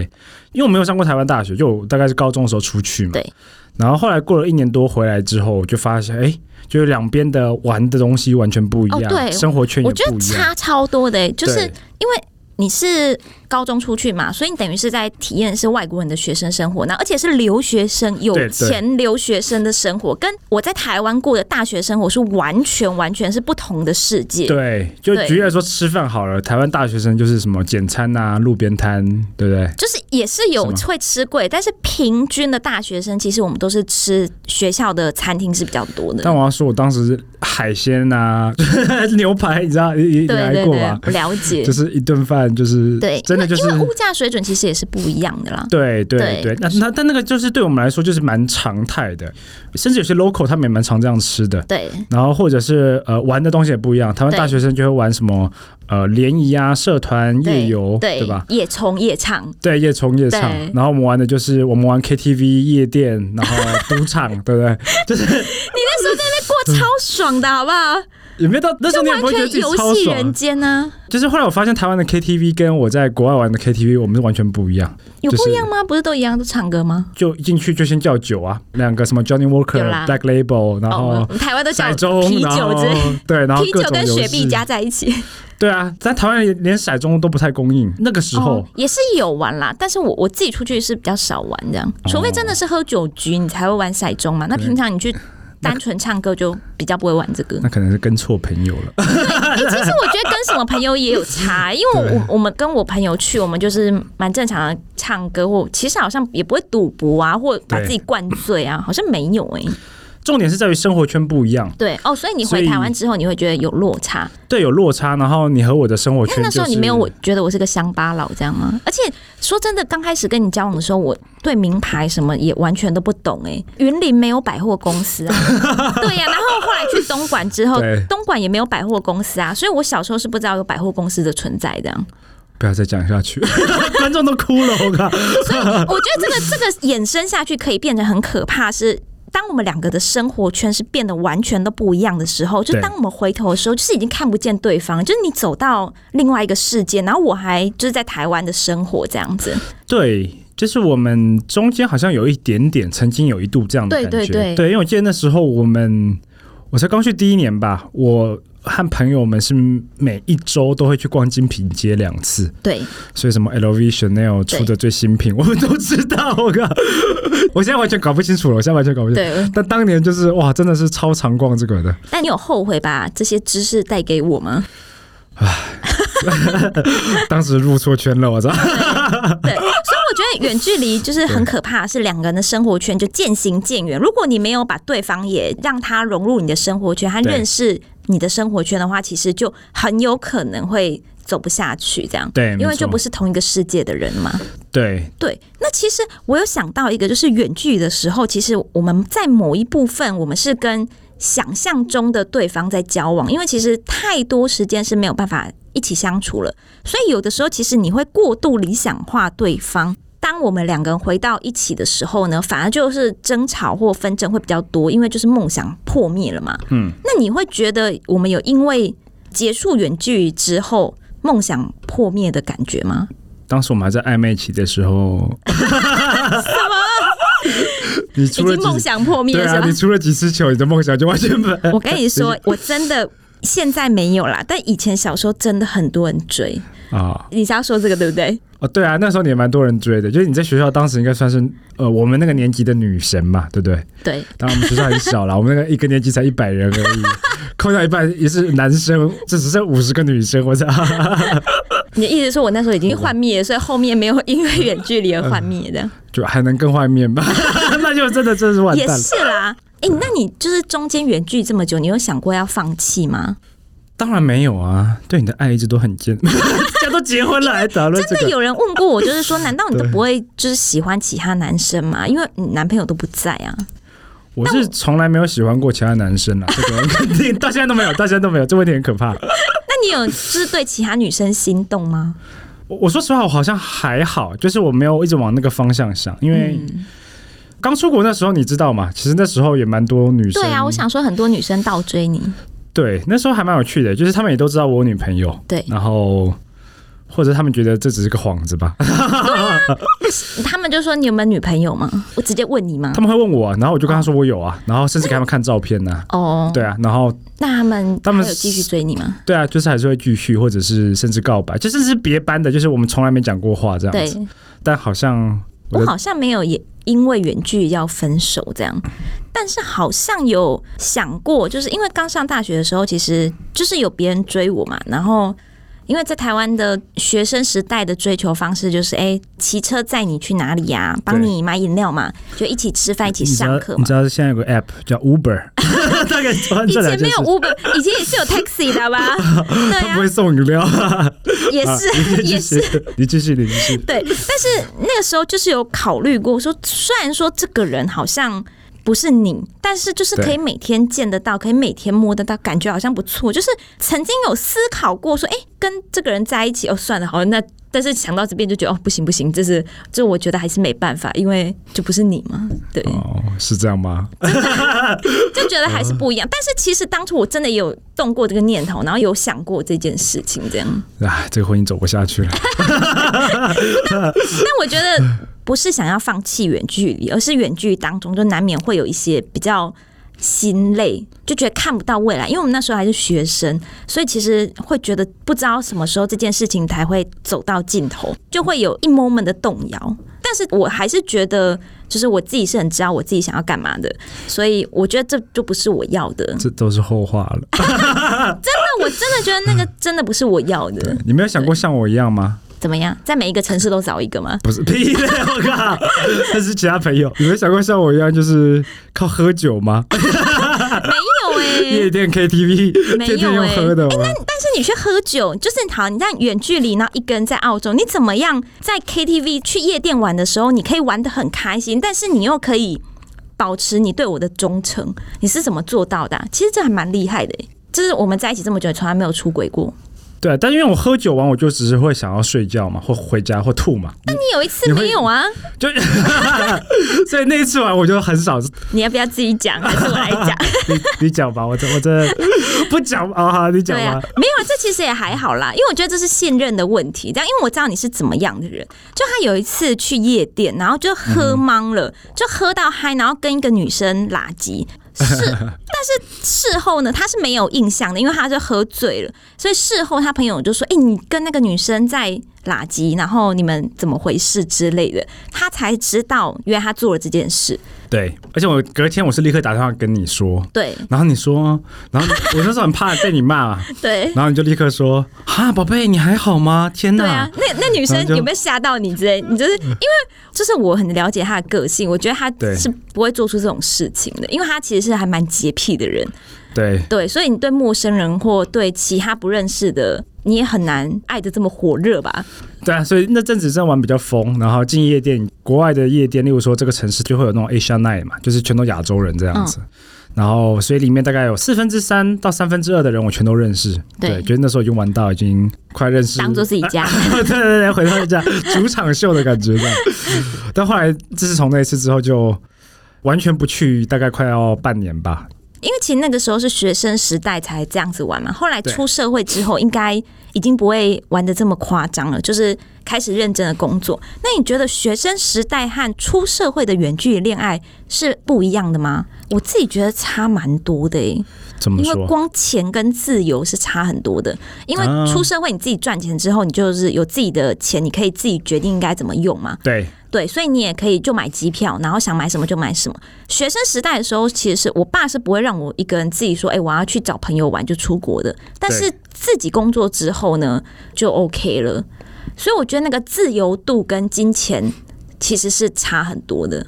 Speaker 2: 因为我没有上过台湾大学，就我大概是高中的时候出去嘛。
Speaker 1: 对。
Speaker 2: 然后后来过了一年多回来之后，我就发现，哎，就是两边的玩的东西完全不一样，
Speaker 1: 哦对
Speaker 2: 生活圈也
Speaker 1: 我
Speaker 2: 不
Speaker 1: 觉得
Speaker 2: 一样。
Speaker 1: 差超多的、欸就是
Speaker 2: 对
Speaker 1: 因为你是高中出去嘛，所以你等于是在体验是外国人的学生生活，那而且是留学生有
Speaker 2: 对对
Speaker 1: 钱留学生的生活，跟我在台湾过的大学生活是完全完全是不同的世界。
Speaker 2: 对，就
Speaker 1: 对
Speaker 2: 举例来说，吃饭好了，台湾大学生就是什么简餐啊、路边摊，对不对？
Speaker 1: 就是也是有
Speaker 2: 是
Speaker 1: 会吃贵，但是平均的大学生，其实我们都是吃学校的餐厅是比较多的
Speaker 2: 但。我要说，我当时是海鲜啊、 牛排，你知道，你你你
Speaker 1: 对
Speaker 2: 来
Speaker 1: 对
Speaker 2: 过
Speaker 1: 对
Speaker 2: 吧？，
Speaker 1: 了解
Speaker 2: 就。是一顿饭，就是
Speaker 1: 对，
Speaker 2: 真的
Speaker 1: 因为
Speaker 2: 就是
Speaker 1: 因为物价水准其实也是不一样的啦。
Speaker 2: 对对
Speaker 1: 对
Speaker 2: 对，那那但那个就是对我们来说就是蛮常态的，甚至有些 local 他们也蛮常这样吃的。
Speaker 1: 对，
Speaker 2: 然后或者是呃玩的东西也不一样，台湾
Speaker 1: 对
Speaker 2: 大学生就会玩什么呃联谊啊、社团、夜
Speaker 1: 对
Speaker 2: 游，
Speaker 1: 对
Speaker 2: 对吧？？
Speaker 1: 夜冲夜唱，
Speaker 2: 对，夜冲夜唱
Speaker 1: 对，
Speaker 2: 然后我们玩的就是我们玩 KTV、夜店，然后赌 场，对不对？
Speaker 1: 那时候在那边过超爽的，好不好？
Speaker 2: 也没有到那时
Speaker 1: 就
Speaker 2: 候你也
Speaker 1: 完
Speaker 2: 不会觉得自
Speaker 1: 全
Speaker 2: 己
Speaker 1: 游
Speaker 2: 超
Speaker 1: 戏人
Speaker 2: 爽，
Speaker 1: 间啊呢、
Speaker 2: 就是后来我发现台湾的 KTV 跟我在国外玩的 KTV 我们是完全不一样，
Speaker 1: 有
Speaker 2: 就是
Speaker 1: 不一样吗？不是都一样都唱歌吗？
Speaker 2: 就一进去就先叫酒啊，两个什么 Johnny
Speaker 1: 有
Speaker 2: Walker
Speaker 1: 啦、
Speaker 2: Black Label，然后、
Speaker 1: 哦，我们台湾都叫
Speaker 2: 骰盅、
Speaker 1: 啤
Speaker 2: 然
Speaker 1: 酒
Speaker 2: 后
Speaker 1: 之类。
Speaker 2: 对，然后
Speaker 1: 啤酒
Speaker 2: 各种
Speaker 1: 跟
Speaker 2: 游
Speaker 1: 雪
Speaker 2: 戏
Speaker 1: 碧加在一起，
Speaker 2: 对啊，在台湾连骰盅都不太供应，那个时候。
Speaker 1: 哦、也是有玩啦，但是我我自己出去是比较少玩这样，
Speaker 2: 哦
Speaker 1: 除非真的是喝酒局你才会玩骰盅嘛。那平常你去单纯唱歌就比较不会玩这个。
Speaker 2: 那可能是跟错朋友了，
Speaker 1: 哎、其实我觉得跟什么朋友也有差，因为我我我们跟我朋友去，我们就是蛮正常的唱歌，或其实好像也不会赌博啊，或把
Speaker 2: 对
Speaker 1: 自己灌醉啊，好像没有哎、
Speaker 2: 重点是在于生活圈不一样，
Speaker 1: 对哦，所以你
Speaker 2: 所
Speaker 1: 回
Speaker 2: 以
Speaker 1: 台湾之后，你会觉得有落差。
Speaker 2: 对，有落差。然后你和我的生活圈、
Speaker 1: 那
Speaker 2: 就是，
Speaker 1: 那时候你没有我觉得我是个乡巴佬这样吗？而且说真的，刚开始跟你交往的时候，我对名牌什么也完全都不懂哎、云林没有百货公司 啊，对呀、然后后来去东莞之后
Speaker 2: 对，
Speaker 1: 东莞也没有百货公司啊，所以我小时候是不知道有百货公司的存在的啊。
Speaker 2: 不要再讲下去， 观众都哭了。我靠，
Speaker 1: 所以我觉得这个这个衍生下去可以变得很可怕是。当我们两个的生活圈是变得完全都不一样的时候，就
Speaker 2: 对
Speaker 1: 当我们回头的时候，就是已经看不见对方，就是你走到另外一个世界，然后我还就是在台湾的生活这样子。
Speaker 2: 对，就是我们中间好像有一点点，曾经有一度这样的
Speaker 1: 对
Speaker 2: 感觉。
Speaker 1: 对对
Speaker 2: 因为我记得那时候我们，我才刚去第一年吧，我和朋友们是每一周都会去逛精品街两次，
Speaker 1: 对，
Speaker 2: 所以什么 LV、Chanel
Speaker 1: 对
Speaker 2: 出的最新品，我们都知道。我 靠，我现在完全搞不清楚了，我现在完全搞不清楚。
Speaker 1: 对。
Speaker 2: 但当年就是哇，真的是超常逛这个的。
Speaker 1: 但你有后悔把这些知识带给我 吗？
Speaker 2: 当时入错圈了，我操！
Speaker 1: 对，所以我觉得远距离就是很可怕，是两个人的生活圈就渐行渐远。如果你没有把对方也让他融入你的生活圈，他
Speaker 2: 对
Speaker 1: 认识你的生活圈的话，其实就很有可能会走不下去。这样，
Speaker 2: 对没
Speaker 1: 因为就
Speaker 2: 错
Speaker 1: 不是同一个世界的人嘛。
Speaker 2: 对，
Speaker 1: 对，那其实我有想到一个，就是远距离的时候，其实我们在某一部分，我们是跟想象中的对方在交往，因为其实太多时间是没有办法一起相处了，所以有的时候其实你会过度理想化对方。当我们两个人回到一起的时候呢，反而就是争吵或纷争会比较多，因为就是梦想破灭了嘛。
Speaker 2: 嗯，
Speaker 1: 那你会觉得我们有因为结束远距离之后梦想破灭的感觉吗？
Speaker 2: 当时我们还在暧昧期的时候，什么？ 你
Speaker 1: 已
Speaker 2: 出了
Speaker 1: 经
Speaker 2: 几
Speaker 1: 梦想破灭
Speaker 2: 对
Speaker 1: 了是吧？
Speaker 2: 啊，你出了几次球，你的梦想就完全没。
Speaker 1: 我跟你说，我真的现在没有啦，但以前小时候真的很多人追。
Speaker 2: 啊
Speaker 1: 你是要说这个对不对？
Speaker 2: 哦，对啊，那时候你也蛮多人追的，就是你在学校当时应该算是呃我们那个年级的女神嘛，对不对？
Speaker 1: 对，
Speaker 2: 当然我们学校很 小啦，我们那个一个年级才一百人而已，扣掉一半也是男生，这只剩五十个女生，我操！
Speaker 1: 你的意思是说我那时候已经幻灭了，所以后面没有因为远距离而幻灭 的，
Speaker 2: 就还能更换面吧？ 那就真的真是完
Speaker 1: 也
Speaker 2: 蛋了。
Speaker 1: 是啦。哎、那你就是中间远距这么久，你有想过要放弃吗？
Speaker 2: 当然没有啊，对你的爱一直都 很坚，这都结婚了还讨 论这
Speaker 1: 真的
Speaker 2: 个。
Speaker 1: 有人问过我，就是说，难道你都不会就是喜欢其他男生吗？因为你男朋友都不在啊。
Speaker 2: 我是从来没有喜欢过其他男生啊，这个我肯 定到现在都没有，到现在都没有，这问题很可怕。
Speaker 1: 那你有就是对其他女生心动吗？
Speaker 2: 我我说实话，我好像还好，就是我没有一直往那个方向想，因为
Speaker 1: 嗯
Speaker 2: 刚出国那时候你知道嘛，其实那时候也蛮多女生，
Speaker 1: 对啊，我想说很多女生倒追你，
Speaker 2: 对那时候还蛮有趣的，就是他们也都知道我有女朋友，
Speaker 1: 对
Speaker 2: 然后或者他们觉得这只是个幌子吧，
Speaker 1: 他们就说你有没有女朋友吗？我直接问你吗
Speaker 2: 他？们会问我，然后我就跟他说我有啊，然后甚至给他们看照片呐、
Speaker 1: 哦，
Speaker 2: 对啊，然后
Speaker 1: 那他们
Speaker 2: 他们
Speaker 1: 还有继续追你吗？
Speaker 2: 对啊，就是还是会继续，或者是甚至告白，就甚至是别班的，就是我们从来没讲过话这样
Speaker 1: 对
Speaker 2: 子，但好像
Speaker 1: 我
Speaker 2: 我的
Speaker 1: 好像没有也因为远距要分手这样，但是好像有想过，就是因为刚上大学的时候，其实就是有别人追我嘛，然后。因为在台湾的学生时代的追求方式就是，哎、骑车载你去哪里呀、帮
Speaker 2: 对
Speaker 1: 你买饮料嘛，就一起吃饭，一起
Speaker 2: 你知
Speaker 1: 上
Speaker 2: 道
Speaker 1: 课
Speaker 2: 你
Speaker 1: 嘛
Speaker 2: 知。道现在有个 app 叫 Uber，大概喜欢
Speaker 1: 以
Speaker 2: 这两
Speaker 1: 前
Speaker 2: 件
Speaker 1: 没
Speaker 2: 事
Speaker 1: 有。Uber，以前也是有 taxi 的吧？对
Speaker 2: 他
Speaker 1: 呀、
Speaker 2: 不会送饮料，
Speaker 1: 也
Speaker 2: 啊
Speaker 1: 是、
Speaker 2: 你
Speaker 1: 也是
Speaker 2: 继续，你继续，你继续。
Speaker 1: 对，但是那个时候就是有考虑过说，虽然说这个人好像不是你，但是就是可以
Speaker 2: 对
Speaker 1: 每天见得到，可以每天摸得到，感觉好像不错。就是曾经有思考过说，哎、跟这个人在一起，哦，算了，好，那但是想到这边就觉得，哦，不行不行，这是 这我觉得还是没办法，因为就不是你嘛，对，
Speaker 2: 哦，是这样吗？
Speaker 1: 就觉得还是不一样。但是其实当初我真的有动过这个念头，然后有想过这件事情，这样。
Speaker 2: 啊，这个婚姻走不 下去了。
Speaker 1: 但我觉得不是想要放弃远距离，而是远距离当中就难免会有一些比较心累，就觉得看不到未来。因为我们那时候还是学生，所以其实会觉得不知道什么时候这件事情才会走到尽头，就会有一 moment 的动摇。但是我还是觉得，就是我自己是很知道我自己想要干嘛的，所以我觉得这就不是我要的。
Speaker 2: 这都是后话了。
Speaker 1: 那我真的觉得那个真的不是我要的。
Speaker 2: 你没有想过像我一样吗？
Speaker 1: 怎么样？在每一个城市都找一个吗？
Speaker 2: 不是屁的，我靠！ 那是其他朋友。你们想过像我一样，就是靠喝酒吗？
Speaker 1: 没有哎、
Speaker 2: 夜店 KTV
Speaker 1: 没有
Speaker 2: 天天用
Speaker 1: 欸
Speaker 2: 喝的吗？
Speaker 1: 但是你去喝酒，就是好，你在远距离，然后一个人在澳洲，你怎么样在 KTV 去夜店玩的时候，你可以玩的很开心，但是你又可以保持你对我的忠诚，你是怎么做到的啊、其实这还蛮厉害的、欸，就是我们在一起这么久，从来没有出轨过。
Speaker 2: 对，啊但因为我喝酒完，我就只是会想要睡觉嘛，或回家，或吐嘛，
Speaker 1: 那你有一次
Speaker 2: 你会
Speaker 1: 没有啊？
Speaker 2: 就 所以那一次完我就很少。
Speaker 1: 你要不要自己讲，还是我来讲？
Speaker 2: 你你讲吧，我真我真的不讲啊，好你讲
Speaker 1: 对啊
Speaker 2: 吧。，
Speaker 1: 没有，啊，这其实也还好啦，因为我觉得这是信任的问题。这样，因为我知道你是怎么样的人。就他有一次去夜店，然后就喝懵了，就喝到嗨，然后跟一个女生拉鸡。事，但是事后呢，他是没有印象的，因为他就喝醉了，所以事后他朋友就说：“哎、你跟那个女生在拉鸡，然后你们怎么回事之类的。”他才知道，原来他做了这件事。
Speaker 2: 对，而且我隔天我是立刻打电话跟你说，
Speaker 1: 对
Speaker 2: 然后你说，然后我那时候很怕被你骂嘛，
Speaker 1: 对
Speaker 2: 然后你就立刻说：“哈，宝贝，你还好吗？天
Speaker 1: 对
Speaker 2: 哪！”
Speaker 1: 啊，那那女生
Speaker 2: 然后就
Speaker 1: 有没有吓到你 之类？你就是因为就是我很了解她的个性，我觉得她
Speaker 2: 对
Speaker 1: 是不会做出这种事情的，因为她其实是还蛮洁癖的人，
Speaker 2: 对
Speaker 1: 对，所以你对陌生人或对其他不认识的，你也很难爱的这么火热吧？
Speaker 2: 对啊，所以那阵子真的玩比较疯，然后进夜店，国外的夜店，例如说这个城市就会有那种 Asia Night 嘛，就是全都亚洲人这样
Speaker 1: 嗯
Speaker 2: 子。然后，所以里面大概有四分之三到三分之二的人，我全都认识。
Speaker 1: 对
Speaker 2: 觉得那时候已经玩到已经快认识，
Speaker 1: 当做自己家，
Speaker 2: 对对对，回到家主场秀的感觉这样。但后来，自从那一次之后，就完全不去，大概快要半年吧。
Speaker 1: 因为其实那个时候是学生时代才这样子玩嘛，后来
Speaker 2: 对
Speaker 1: 出社会之后，应该已经不会玩的这么夸张了，就是开始认真的工作。那你觉得学生时代和出社会的远距离恋爱是不一样的吗？我自己觉得差蛮多的诶、
Speaker 2: 怎么
Speaker 1: 因为
Speaker 2: 说？
Speaker 1: 光钱跟自由是差很多的。因为
Speaker 2: 啊
Speaker 1: 出社会你自己赚钱之后，你就是有自己的钱，你可以自己决定应该怎么用嘛。
Speaker 2: 对，
Speaker 1: 对，所以你也可以就买机票，然后想买什么就买什么。学生时代的时候，其实是我爸是不会让我一个人自己说，哎、我要去找朋友玩就出国的。但是自己工作之后呢，就 OK 了。所以我觉得那个自由度跟金钱其实是差很多的。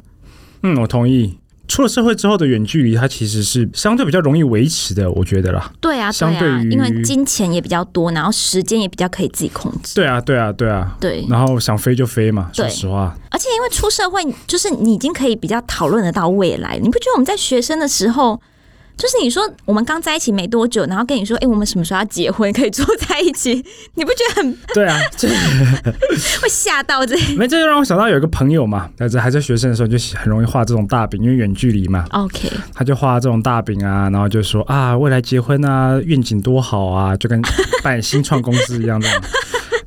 Speaker 2: 嗯，我同意。出了社会之后的远距离，它其实是相对比较容易维持的，我觉得啦。
Speaker 1: 对啊，对
Speaker 2: 相对
Speaker 1: 啊，
Speaker 2: 于
Speaker 1: 因为金钱也比较多，然后时间也比较可以自己控制。
Speaker 2: 对啊，对啊，对啊。
Speaker 1: 对，
Speaker 2: 然后想飞就飞嘛，
Speaker 1: 对
Speaker 2: 说实话，
Speaker 1: 而且因为出社会，就是你已经可以比较讨论得到未来。你不觉得我们在学生的时候，就是你说我们刚在一起没多久，然后跟你说，哎、我们什么时候要结婚，可以住在一起， 你不觉得很
Speaker 2: 对啊，这
Speaker 1: 会吓到 这？
Speaker 2: 没这就让我想到有一个朋友嘛，在这还在学生的时候就很容易画这种大饼，因为远距离嘛，
Speaker 1: OK，
Speaker 2: 他就画这种大饼啊，然后就说啊，未来结婚啊，愿景多好啊，就跟办新创公司一样这样。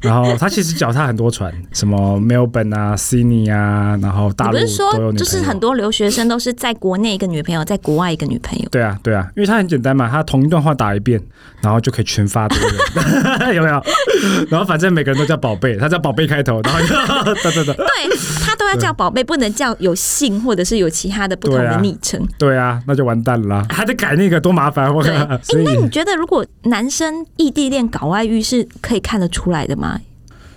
Speaker 2: 然后他其实脚踏很多船，什么 Melbourne 啊、Sydney 啊，然后
Speaker 1: 你
Speaker 2: 大
Speaker 1: 不
Speaker 2: 陆
Speaker 1: 是
Speaker 2: 都有
Speaker 1: 说
Speaker 2: 女
Speaker 1: 就是
Speaker 2: 朋友
Speaker 1: 很多留学生都是在国内一个女朋友，在国外一个女朋 友？
Speaker 2: 对啊，对啊，因为它很简单嘛，它同一段话打一遍，然后就可以群发多人， 有没有？然后反正每个人都叫宝贝，他叫宝贝开头，然后就 对对对，
Speaker 1: 对他都要叫宝贝，不能叫有姓或者是有其他的不同
Speaker 2: 对
Speaker 1: 的
Speaker 2: 啊
Speaker 1: 昵称。
Speaker 2: 对啊，那就完蛋了啦， 还得改那个多麻烦，我
Speaker 1: 对，
Speaker 2: 靠
Speaker 1: 哎！、
Speaker 2: 所以
Speaker 1: 那你觉得如果男生异地恋搞外遇是可以看得出来的吗？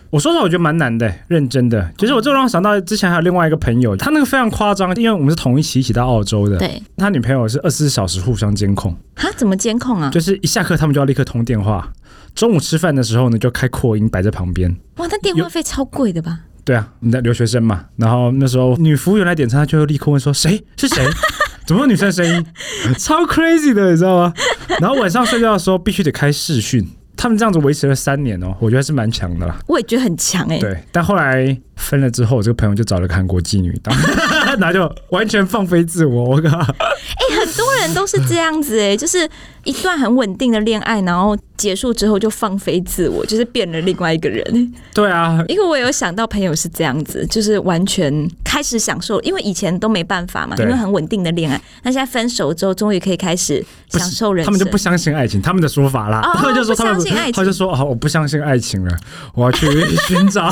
Speaker 2: 我说实话，我觉得蛮难的，认真的。其实我就让我想到之前还有另外一个朋友，他那个非常夸张，因为我们是同一期一起到澳洲的，
Speaker 1: 对，
Speaker 2: 他女朋友是二十四小时互相监控，
Speaker 1: 他怎么监控啊？
Speaker 2: 就是一下课他们就要立刻通电话，中午吃饭的时候呢就开扩音摆在旁边。
Speaker 1: 哇，那电话费超贵的吧？
Speaker 2: 对啊，你的留学生嘛，然后那时候女服务员来点餐，她就立刻问说谁是谁，怎么有女生声音，超 crazy 的，你知道吗？然后晚上睡觉的时候必须得开视讯，他们这样子维持了三年哦，我觉得是蛮强的啦。
Speaker 1: 我也觉得很强哎、
Speaker 2: 对，但后来分了之后，我这个朋友就找了个韩国妓女当， 然后就完全放飞自我，我靠，
Speaker 1: 哎很多人都是这样子哎、 就是一段很稳定的恋爱，然后结束之后就放飞自我，就是变了另外一个人。
Speaker 2: 对啊，
Speaker 1: 因为我有想到朋友是这样子，就是完全开始享受，因为以前都没办法嘛，因
Speaker 2: 对
Speaker 1: 为很稳定的恋爱，那现在分手之后，终于可以开始
Speaker 2: 不
Speaker 1: 享受人
Speaker 2: 他
Speaker 1: 生。
Speaker 2: 们就不相信爱情，他们的说法啦，
Speaker 1: 哦
Speaker 2: 他们就说他们
Speaker 1: 不相信爱情
Speaker 2: 他就说哦，我不相信爱情了，我要去寻找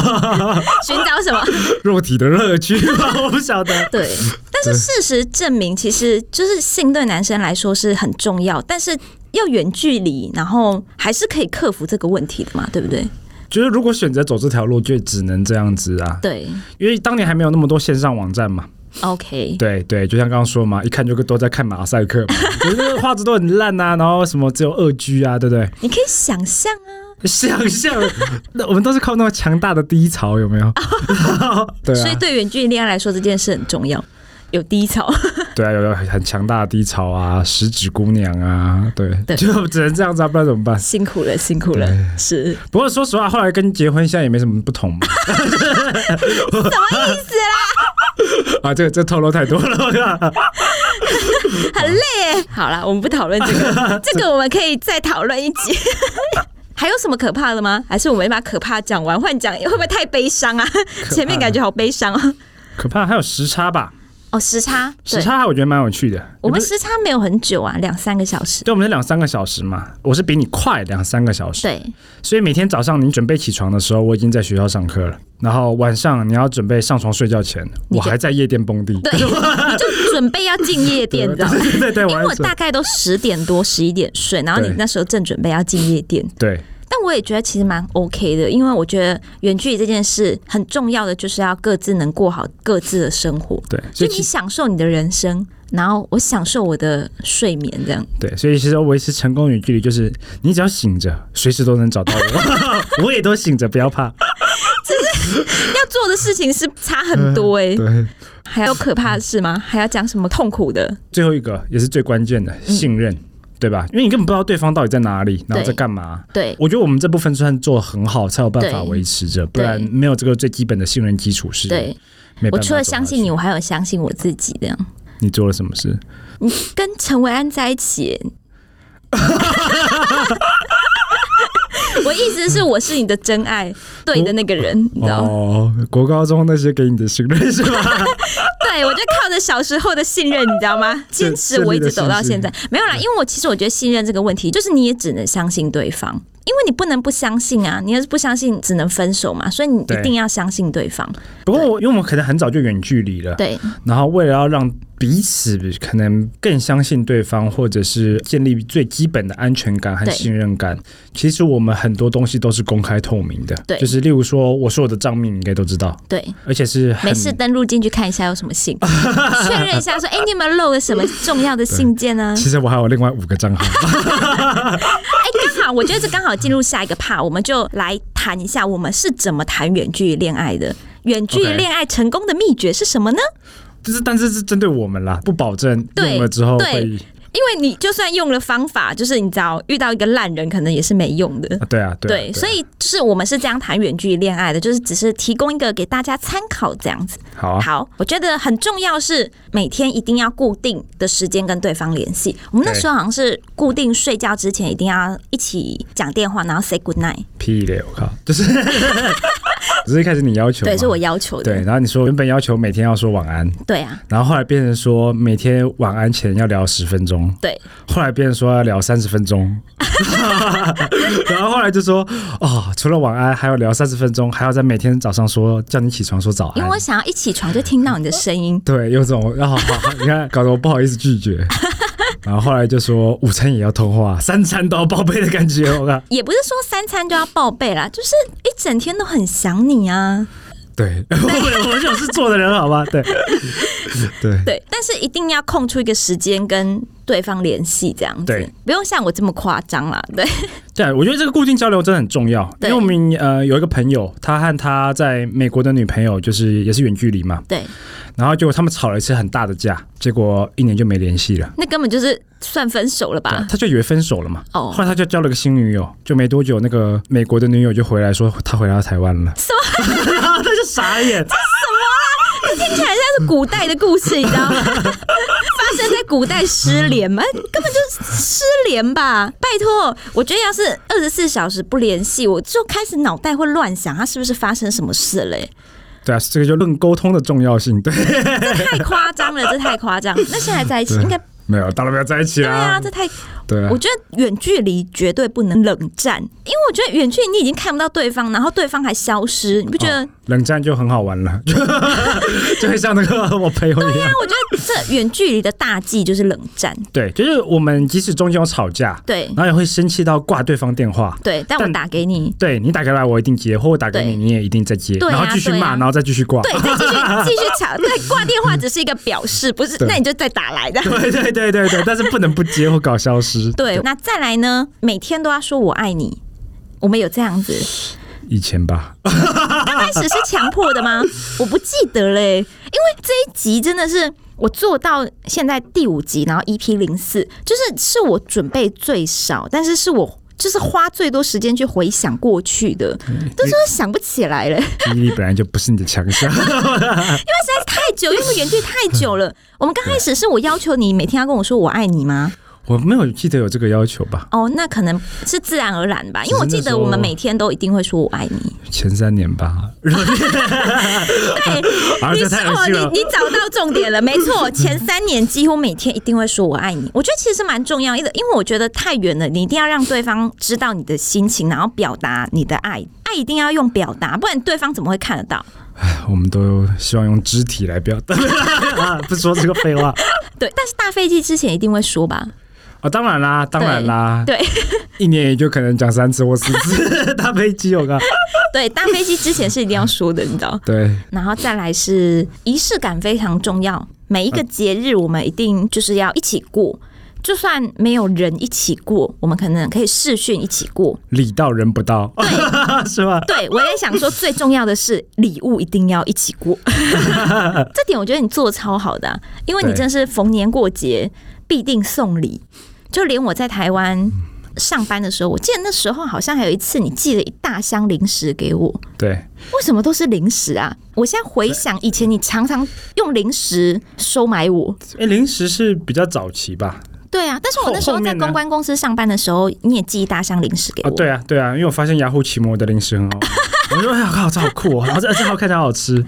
Speaker 1: 寻找什么？
Speaker 2: 肉体的乐趣吧，我不晓得。
Speaker 1: 对，但是事实证明，其实就是性对男生来说是很重要，但是要远距离，然后还是可以克服这个问题的嘛，对不对？
Speaker 2: 就是如果选择走这条路，就只能这样子啊，
Speaker 1: 对
Speaker 2: 因为当年还没有那么多线上网站嘛。
Speaker 1: ，OK，
Speaker 2: 对对，就像刚刚说嘛，一看就都在看马赛克嘛，就是那个画质都很烂啊，然后什么只有二 G 啊，对不对？
Speaker 1: 你可以想象啊，
Speaker 2: 想象，那我们都是靠那种强大的低潮，有没 有？对
Speaker 1: 所以
Speaker 2: 啊，
Speaker 1: 对远距离恋爱来说，这件事很重要，有低 潮。
Speaker 2: 对啊，有有很强大的低潮啊，食指姑娘啊，对，
Speaker 1: 对
Speaker 2: 就只能这样子、啊，不然怎么办？
Speaker 1: 辛苦了，辛苦了，是
Speaker 2: 不过说实话，后来跟结婚现在也没什么不同 嘛。什么意 思啦？啊，这个这透露太多了。
Speaker 1: 很累耶。哎好啦，我们不讨论这 个，这个我们可以再讨论一集。 还有什么可怕的吗？还是我们把可怕讲完，换讲会不会太悲伤啊？前面感觉好悲伤哦。
Speaker 2: 可怕，还有时差吧？
Speaker 1: 哦，时差，
Speaker 2: 时
Speaker 1: 对，
Speaker 2: 差我觉得蛮有趣的。
Speaker 1: 我们
Speaker 2: 你不是
Speaker 1: 时差没有很久啊，两三个小时。
Speaker 2: 对，我们是两三个小时嘛，我是比你快两三个小时，
Speaker 1: 对，
Speaker 2: 所以每天早上你准备起床的时候，我已经在学校上课了，然后晚上你要准备上床睡觉前，
Speaker 1: 你
Speaker 2: 我
Speaker 1: 就
Speaker 2: 还在夜店蹦迪。
Speaker 1: 对，你就准备要进夜店，你知道吗？
Speaker 2: 对 对对，
Speaker 1: 因
Speaker 2: 我
Speaker 1: 为我
Speaker 2: 还
Speaker 1: 大概都十点多、十一点睡，然后你
Speaker 2: 对
Speaker 1: 那时候正准备要进夜店，
Speaker 2: 对
Speaker 1: 但我也觉得其实蛮 OK 的，因为我觉得远距离这件事很重要的就是要各自能过好各自的生活，
Speaker 2: 对，
Speaker 1: 就
Speaker 2: 所以
Speaker 1: 你
Speaker 2: 其
Speaker 1: 享受你的人生，然后我享受我的睡眠，这样
Speaker 2: 对，所以其实维持成功远距离就是你只要醒着，随时都能找到 我，我也都醒着，不要怕。
Speaker 1: 要做的事情是差很多哎、
Speaker 2: 嗯对，
Speaker 1: 还有可怕的事吗？还要讲什么痛苦的？
Speaker 2: 最后一个也是最关键的
Speaker 1: 嗯
Speaker 2: 信任，对吧？因为你根本不知道对方到底在哪里，然后在干嘛。
Speaker 1: 对
Speaker 2: 我觉得我们这部分算做得很好，才有办法
Speaker 1: 对
Speaker 2: 维持着，不然没有这个最基本的信任基础是。
Speaker 1: 对，
Speaker 2: 没办法
Speaker 1: 我除了
Speaker 2: 走下
Speaker 1: 相信
Speaker 2: 去
Speaker 1: 你，，我还有相信我自己，这样
Speaker 2: 你做了什么事？
Speaker 1: 跟陈维安在一起 欸。我意思是，我是你的真爱，对的那个人，你知道吗？
Speaker 2: 哦，国高中那些给你的信任是吧？
Speaker 1: 对，我就靠着小时候的信任，你知道 吗？坚持我一直走到现在，没有
Speaker 2: 嗯
Speaker 1: 啦，因为我其实我觉得信任这个问题，就是你也只能相信对方，因为你不能不相信啊，你要是不相信，只能分手嘛，所以你
Speaker 2: 对
Speaker 1: 一定要相信对方。
Speaker 2: 不过我因为我们可能很早就远距离了，
Speaker 1: 对
Speaker 2: 然后为了要让彼此可能更相信对方，或者是建立最基本的安全感和
Speaker 1: 对
Speaker 2: 信任感，其实我们很多东西都是公开透明的。
Speaker 1: 对
Speaker 2: 就是例如说，我说我的账密，你应该都知道，
Speaker 1: 对，
Speaker 2: 而且是很
Speaker 1: 没事，登录进去看一下有什么 信，确认一下说，哎、你有没有漏了什么重要的信件呢、
Speaker 2: 其实我还有另外五个账 号，啊
Speaker 1: 哎，刚好，我觉得这刚好进入下一个 part，我们就来谈一下我们是怎么谈远距离恋爱的。远距离
Speaker 2: OK
Speaker 1: 恋爱成功的秘诀是什么呢
Speaker 2: 就是但是是针对我们啦，不保证
Speaker 1: 对
Speaker 2: 用了之后
Speaker 1: 对
Speaker 2: 会。
Speaker 1: 因为你就算用了方法，就是你知道遇到一个烂人，可能也是没用的。
Speaker 2: 啊对啊，对啊
Speaker 1: 对，所以就是我们是这样谈远距离恋爱的，就是只是提供一个给大家参考这样子。
Speaker 2: 好啊，
Speaker 1: 好，我觉得很重要是每天一定要固定的时间跟对方联系。我们那
Speaker 2: 对
Speaker 1: 时候好像是固定睡觉之前一定要一起讲电话，然后 say good night。
Speaker 2: 屁嘞，我靠，就是 只是一开始你要求嘛，
Speaker 1: 对，是我要求的。
Speaker 2: 对，然后你说原本要求每天要说晚安，
Speaker 1: 对啊，
Speaker 2: 然后后来变成说每天晚安前要聊十分钟，
Speaker 1: 对，
Speaker 2: 后来变成说要聊三十分钟，然后后来就说哦，除了晚安还要聊三十分钟，还要在每天早上说叫你起床说早
Speaker 1: 因
Speaker 2: 安
Speaker 1: 为我。想要一起床就听到你的声音。
Speaker 2: 对，有种啊，好好，你看，搞得我不好意思拒绝。然后后来就说午餐也要通话，三餐都要报备的感觉，我靠。
Speaker 1: 也不是说三餐就要报备啦，就是一整天都很想你啊。
Speaker 2: 对，我我就是做的人，好吧？对，对，
Speaker 1: 对，但是一定要空出一个时间跟对方联系，这样子，
Speaker 2: 对
Speaker 1: 不用像我这么夸张啦。对，
Speaker 2: 对，我觉得这个固定交流真的很重要，因
Speaker 1: 对
Speaker 2: 为我们呃有一个朋友，他和他在美国的女朋友就是也是远距离嘛，
Speaker 1: 对，
Speaker 2: 然后结果他们吵了一次很大的架，结果一年就没联系了，
Speaker 1: 那根本就是算分手了吧？
Speaker 2: 他就以为分手了嘛，
Speaker 1: 啊哦
Speaker 2: 后来他就交了个新女友，就没多久那个美国的女友就回来说他回到台湾了，
Speaker 1: 什么？
Speaker 2: 他就傻眼，
Speaker 1: 听起来像是古代的故事，你知道吗？ 发生在古代失联吗？根本就是失联吧！拜托，我觉得要是二十四小时不联系，我就开始脑袋会乱想，他是不是发生什么事嘞、
Speaker 2: 对啊，这个就论沟通的重要性，对，
Speaker 1: 太夸张了，这太夸张。那现在在一起
Speaker 2: 对
Speaker 1: 应该
Speaker 2: 没有，当然不要在一起
Speaker 1: 对啊，
Speaker 2: 啦。
Speaker 1: 这太……
Speaker 2: 对啊
Speaker 1: 我，觉得远距离绝对不能冷战，因为我觉得远距离你已经看不到对方，然后对方还消失，你不觉得？
Speaker 2: 冷战就很好玩了， 就会像那个我朋友一样。
Speaker 1: 我觉得这远距离的大忌就是冷战。
Speaker 2: 对，就是我们即使中间有吵架，
Speaker 1: 对
Speaker 2: 然后也会生气到挂对方电话。
Speaker 1: 对，但我
Speaker 2: 但
Speaker 1: 打给你，
Speaker 2: 对你打给来，我一定接；或我打给你，
Speaker 1: 对
Speaker 2: 你也一定在接，
Speaker 1: 对啊
Speaker 2: 然后继续
Speaker 1: 对
Speaker 2: 骂，
Speaker 1: 啊
Speaker 2: 然后再继续挂。
Speaker 1: 对，再继续继续吵，对，挂电话只是一个表示，不是
Speaker 2: 对，
Speaker 1: 那你就再打来的。
Speaker 2: 对对对对对，但是不能不接或搞消失。
Speaker 1: 对，那再来呢？每天都要说我爱你，我们有这样子，
Speaker 2: 以前吧，
Speaker 1: 刚开始是强迫的吗？我不记得嘞，因为这一集真的是我做到现在第五集，然后 EP 零四，就是是我准备最少，但是是我。就是花最多时间去回想过去的，都说想不起来了，
Speaker 2: 记忆力本来就不是你的强 项。
Speaker 1: 太久，因为远距太久了。我们刚开始是我要求你每天要跟我说我爱你吗？
Speaker 2: 我没有记得有这个要求吧？
Speaker 1: 哦，那可能是自然而然吧，因为我记得我们每天都一定会说我爱你。
Speaker 2: 前三年 吧。对，啊，
Speaker 1: 你
Speaker 2: 这
Speaker 1: 是
Speaker 2: 太
Speaker 1: 哦
Speaker 2: 恶，心了
Speaker 1: 你。你找到重点了，没 错，前三年几乎每天一定会说我爱你。我觉得其实蛮重要的，因为我觉得太远了，你一定要让对方知道你的心情，然后表达你的爱，爱一定要用表达，不然对方怎么会看得到？
Speaker 2: 我们都希望用肢体来表达， 不说这个废话
Speaker 1: 对，但是搭飞机之前一定会说吧？
Speaker 2: 啊！当然啦，当然啦，
Speaker 1: 对
Speaker 2: 一年也就可能讲三次或四次 搭飞机，我靠，
Speaker 1: 对，搭飞机之前是一定要说的，你知道？
Speaker 2: 对，
Speaker 1: 然后再来是仪式感非常重要，每一个节日我们一定就是要一起过。就算没有人一起过，我们可能可以视讯一起过，
Speaker 2: 礼到人不到， 是吧？
Speaker 1: 对，我也想说，最重要的是礼物一定要一起 过。这点我觉得你做的超好的啊、因为你
Speaker 2: 对
Speaker 1: 真是逢年过节必定送礼，就连我在台湾。上班的时候，我记得那时候好像还有一次，你寄了一大箱零食给我。
Speaker 2: 对，
Speaker 1: 为什么都是零食啊？我现在回想以前，你常常用零食收买我。
Speaker 2: 哎，零食是比较早期吧？
Speaker 1: 对啊，但是我
Speaker 2: 后
Speaker 1: 那时候
Speaker 2: 后
Speaker 1: 在
Speaker 2: 面呢
Speaker 1: 公关公司上班的时候，你也寄一大箱零食给
Speaker 2: 啊
Speaker 1: 我。，
Speaker 2: 对啊，对啊，因为我发现雅虎奇摩的零食 很好玩，我就说哎呀，靠，这好酷哦，然后这这好看起来好好吃，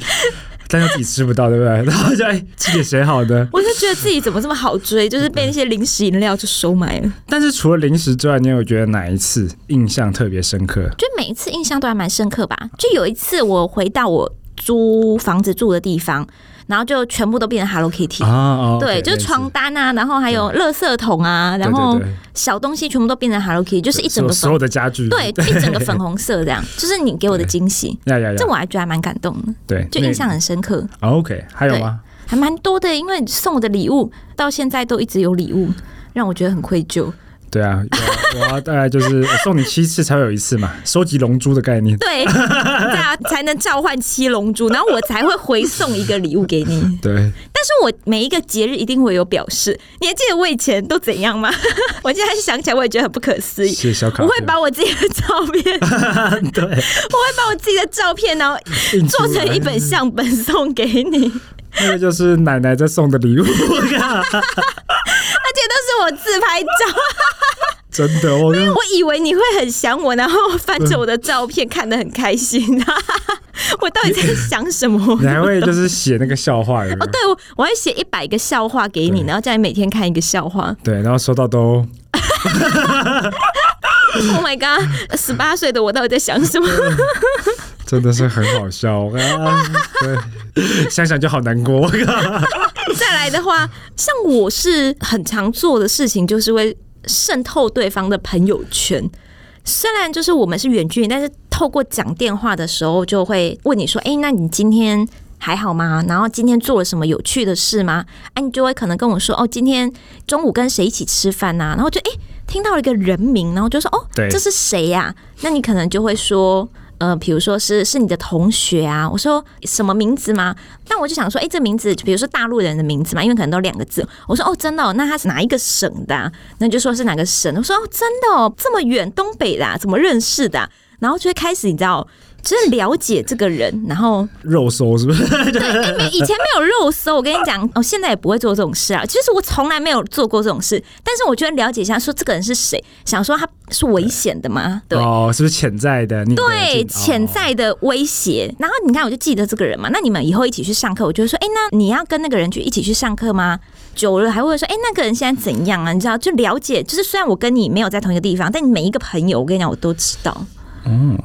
Speaker 2: 但又自己吃不到，对不对？ 然后就哎，寄给谁好呢？
Speaker 1: 我就觉得自己怎么这么好追，就是被那些零食饮料就收买了。
Speaker 2: 但是除了零食之外，你有觉得哪一次印象特别深刻？
Speaker 1: 就每一次印象都还蛮深刻吧。就有一次我回到我租房子住的地方，然后就全部都变成 Hello Kitty。
Speaker 2: 啊哦，
Speaker 1: 对，
Speaker 2: OK，
Speaker 1: 就是床单啊，然后还有垃圾桶啊，
Speaker 2: 类似，
Speaker 1: 然后
Speaker 2: 对对对
Speaker 1: 小东西全部都变成 Hello Kitty，就是一整个
Speaker 2: 所所
Speaker 1: 粉
Speaker 2: 有的家具，
Speaker 1: 对一整个粉红色这 样，就是你给我的惊喜，
Speaker 2: 呀呀呀，
Speaker 1: 这我还觉得还蛮感动的，
Speaker 2: 对，
Speaker 1: 就印象很深刻，
Speaker 2: 那。啊 OK，还有吗？
Speaker 1: 还蛮多的，因为送我的礼物到现在都一直有礼物，让我觉得很愧疚。
Speaker 2: 对啊，有啊我啊大概就是我送你七次才会有一次嘛，收集龙珠的概念。
Speaker 1: 对，对啊，才能召唤七龙珠，然后我才会回送一个礼物给你。
Speaker 2: 对，
Speaker 1: 但是我每一个节日一定会有表示。你还记得我以前都怎样吗？ 我现在想起来，我也觉得很不可思议。
Speaker 2: 谢谢小卡
Speaker 1: 我
Speaker 2: 片。
Speaker 1: 会把我自己的照片，我
Speaker 2: 对
Speaker 1: 会把我自己的照片，然后
Speaker 2: 印
Speaker 1: 做
Speaker 2: 出来
Speaker 1: 成一本相本送给你，而
Speaker 2: 那个就是奶奶在送的礼物，
Speaker 1: 且都是我自拍照。
Speaker 2: 真的，我跟
Speaker 1: 我以为你会很想我，然后翻着我的照片看得很开心。 我到底在想什么？
Speaker 2: 你还会就是写那个笑话有没有
Speaker 1: 哦，对，我我会写一百个笑话给你，
Speaker 2: 对
Speaker 1: 然后叫你每天看一个笑话。
Speaker 2: 对，然后收到都
Speaker 1: Oh my god！十八岁的我到底在想什么？
Speaker 2: 真的是很好笑啊！对，想想就好难过。
Speaker 1: 再来的话，像我是很常做的事情，就是会渗透对方的朋友圈。虽然就是我们是远距离，但是透过讲电话的时候，就会问你说：“哎、那你今天还好吗？然后今天做了什么有趣的事吗？”啊，你就会可能跟我说：“哦，今天中午跟谁一起吃饭呐、啊？”然后就哎、诶听到了一个人名，然后就说：“哦，
Speaker 2: 对
Speaker 1: 这是谁呀、那你可能就会说。呃，比如说是是你的同学啊，我说什么名字吗？但我就想说，哎、这名字，比如说大陆人的名字嘛，因为可能都两个字。我说哦，真的、哦，那他是哪一个省的、啊？那你就说是哪个省。我说哦，真的哦，这么远，东北的、啊，怎么认识的啊、然后就会开始你知道，真的了解这个人，然后
Speaker 2: 肉搜是不是？
Speaker 1: 哎没以前没有肉搜，我跟你讲，我现在也不会做这种事啊。其实我从来没有做过这种事，但是我觉得了解一下，说这个人是谁，想说他是危险的吗？对。
Speaker 2: 哦，是不是潜在的？你的
Speaker 1: 对
Speaker 2: 进
Speaker 1: 潜。
Speaker 2: 哦
Speaker 1: 在的威胁，然后你看，我就记得这个人嘛。那你们以后一起去上课，我就会说，哎、那你要跟那个人去一起去上课吗？久了还会说，哎、那个人现在怎样啊？你知道，就了解，就是虽然我跟你没有在同一个地方，但你每一个朋友，我跟你讲，我都知道。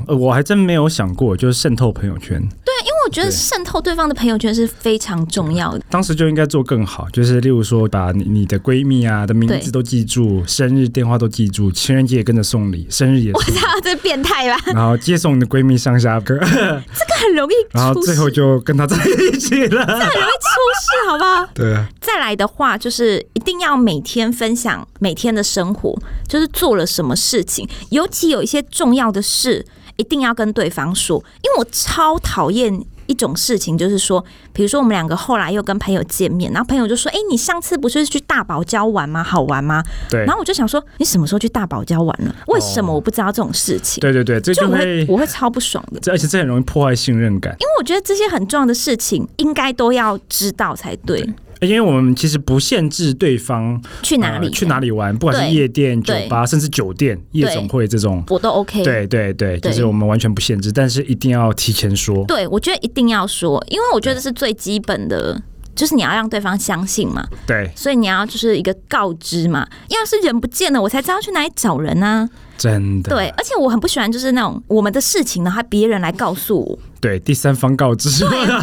Speaker 2: 呃我还真没有想过，就是渗透朋友圈，
Speaker 1: 因为我觉得
Speaker 2: 对
Speaker 1: 渗透对方的朋友圈是非常重要的。
Speaker 2: 当时就应该做更好，就是例如说把你你的闺蜜啊的名
Speaker 1: 对
Speaker 2: 字都记住，生日电话都记住，情人节也跟着送礼，生日也
Speaker 1: 我
Speaker 2: 送
Speaker 1: 操
Speaker 2: 礼，，
Speaker 1: 这变态吧？
Speaker 2: 然后接送你的闺蜜上 下课，
Speaker 1: 这个很容易出事，
Speaker 2: 然后最后就跟她在一起了。
Speaker 1: 很容易 出事，好不好？
Speaker 2: 对啊，
Speaker 1: 再来的话，就是一定要每天分享每天的生活，就是做了什么事情，尤其有一些重要的事，一定要跟对方说。因为我超讨厌一种事情，就是说，比如说我们两个后来又跟朋友见面，然后朋友就说：“哎、你上次不是去大堡礁玩吗？好玩吗？”
Speaker 2: 对哦
Speaker 1: 然，后我就想说，你什么时候去大堡礁玩了？为什么我不知道这种事情？
Speaker 2: 对对对，这
Speaker 1: 就
Speaker 2: 就
Speaker 1: 我
Speaker 2: 会
Speaker 1: 会，我会超不爽的。
Speaker 2: 这而且这很容易破坏信任感，
Speaker 1: 因为我觉得这些很重要的事情，应该都要知道才对。
Speaker 2: 因为我们其实不限制对方
Speaker 1: 去哪里、
Speaker 2: 呃去哪里玩，不管
Speaker 1: 对
Speaker 2: 是夜店、酒
Speaker 1: 对
Speaker 2: 吧，甚至酒店、夜总会这种。
Speaker 1: 我都 OK。
Speaker 2: 对对对，
Speaker 1: 对
Speaker 2: 就是我们完全不限制，但是一定要提前说。
Speaker 1: 对，我觉得一定要说，因为我觉得这是最基本的，就是你要让对方相信嘛，
Speaker 2: 对，
Speaker 1: 所以你要就是一个告知嘛。要是人不见了，我才知道去哪里找人啊。
Speaker 2: 真的。
Speaker 1: 对，而且我很不喜欢就是那种我们的事情，然后别人来告诉我，
Speaker 2: 对第三方告知，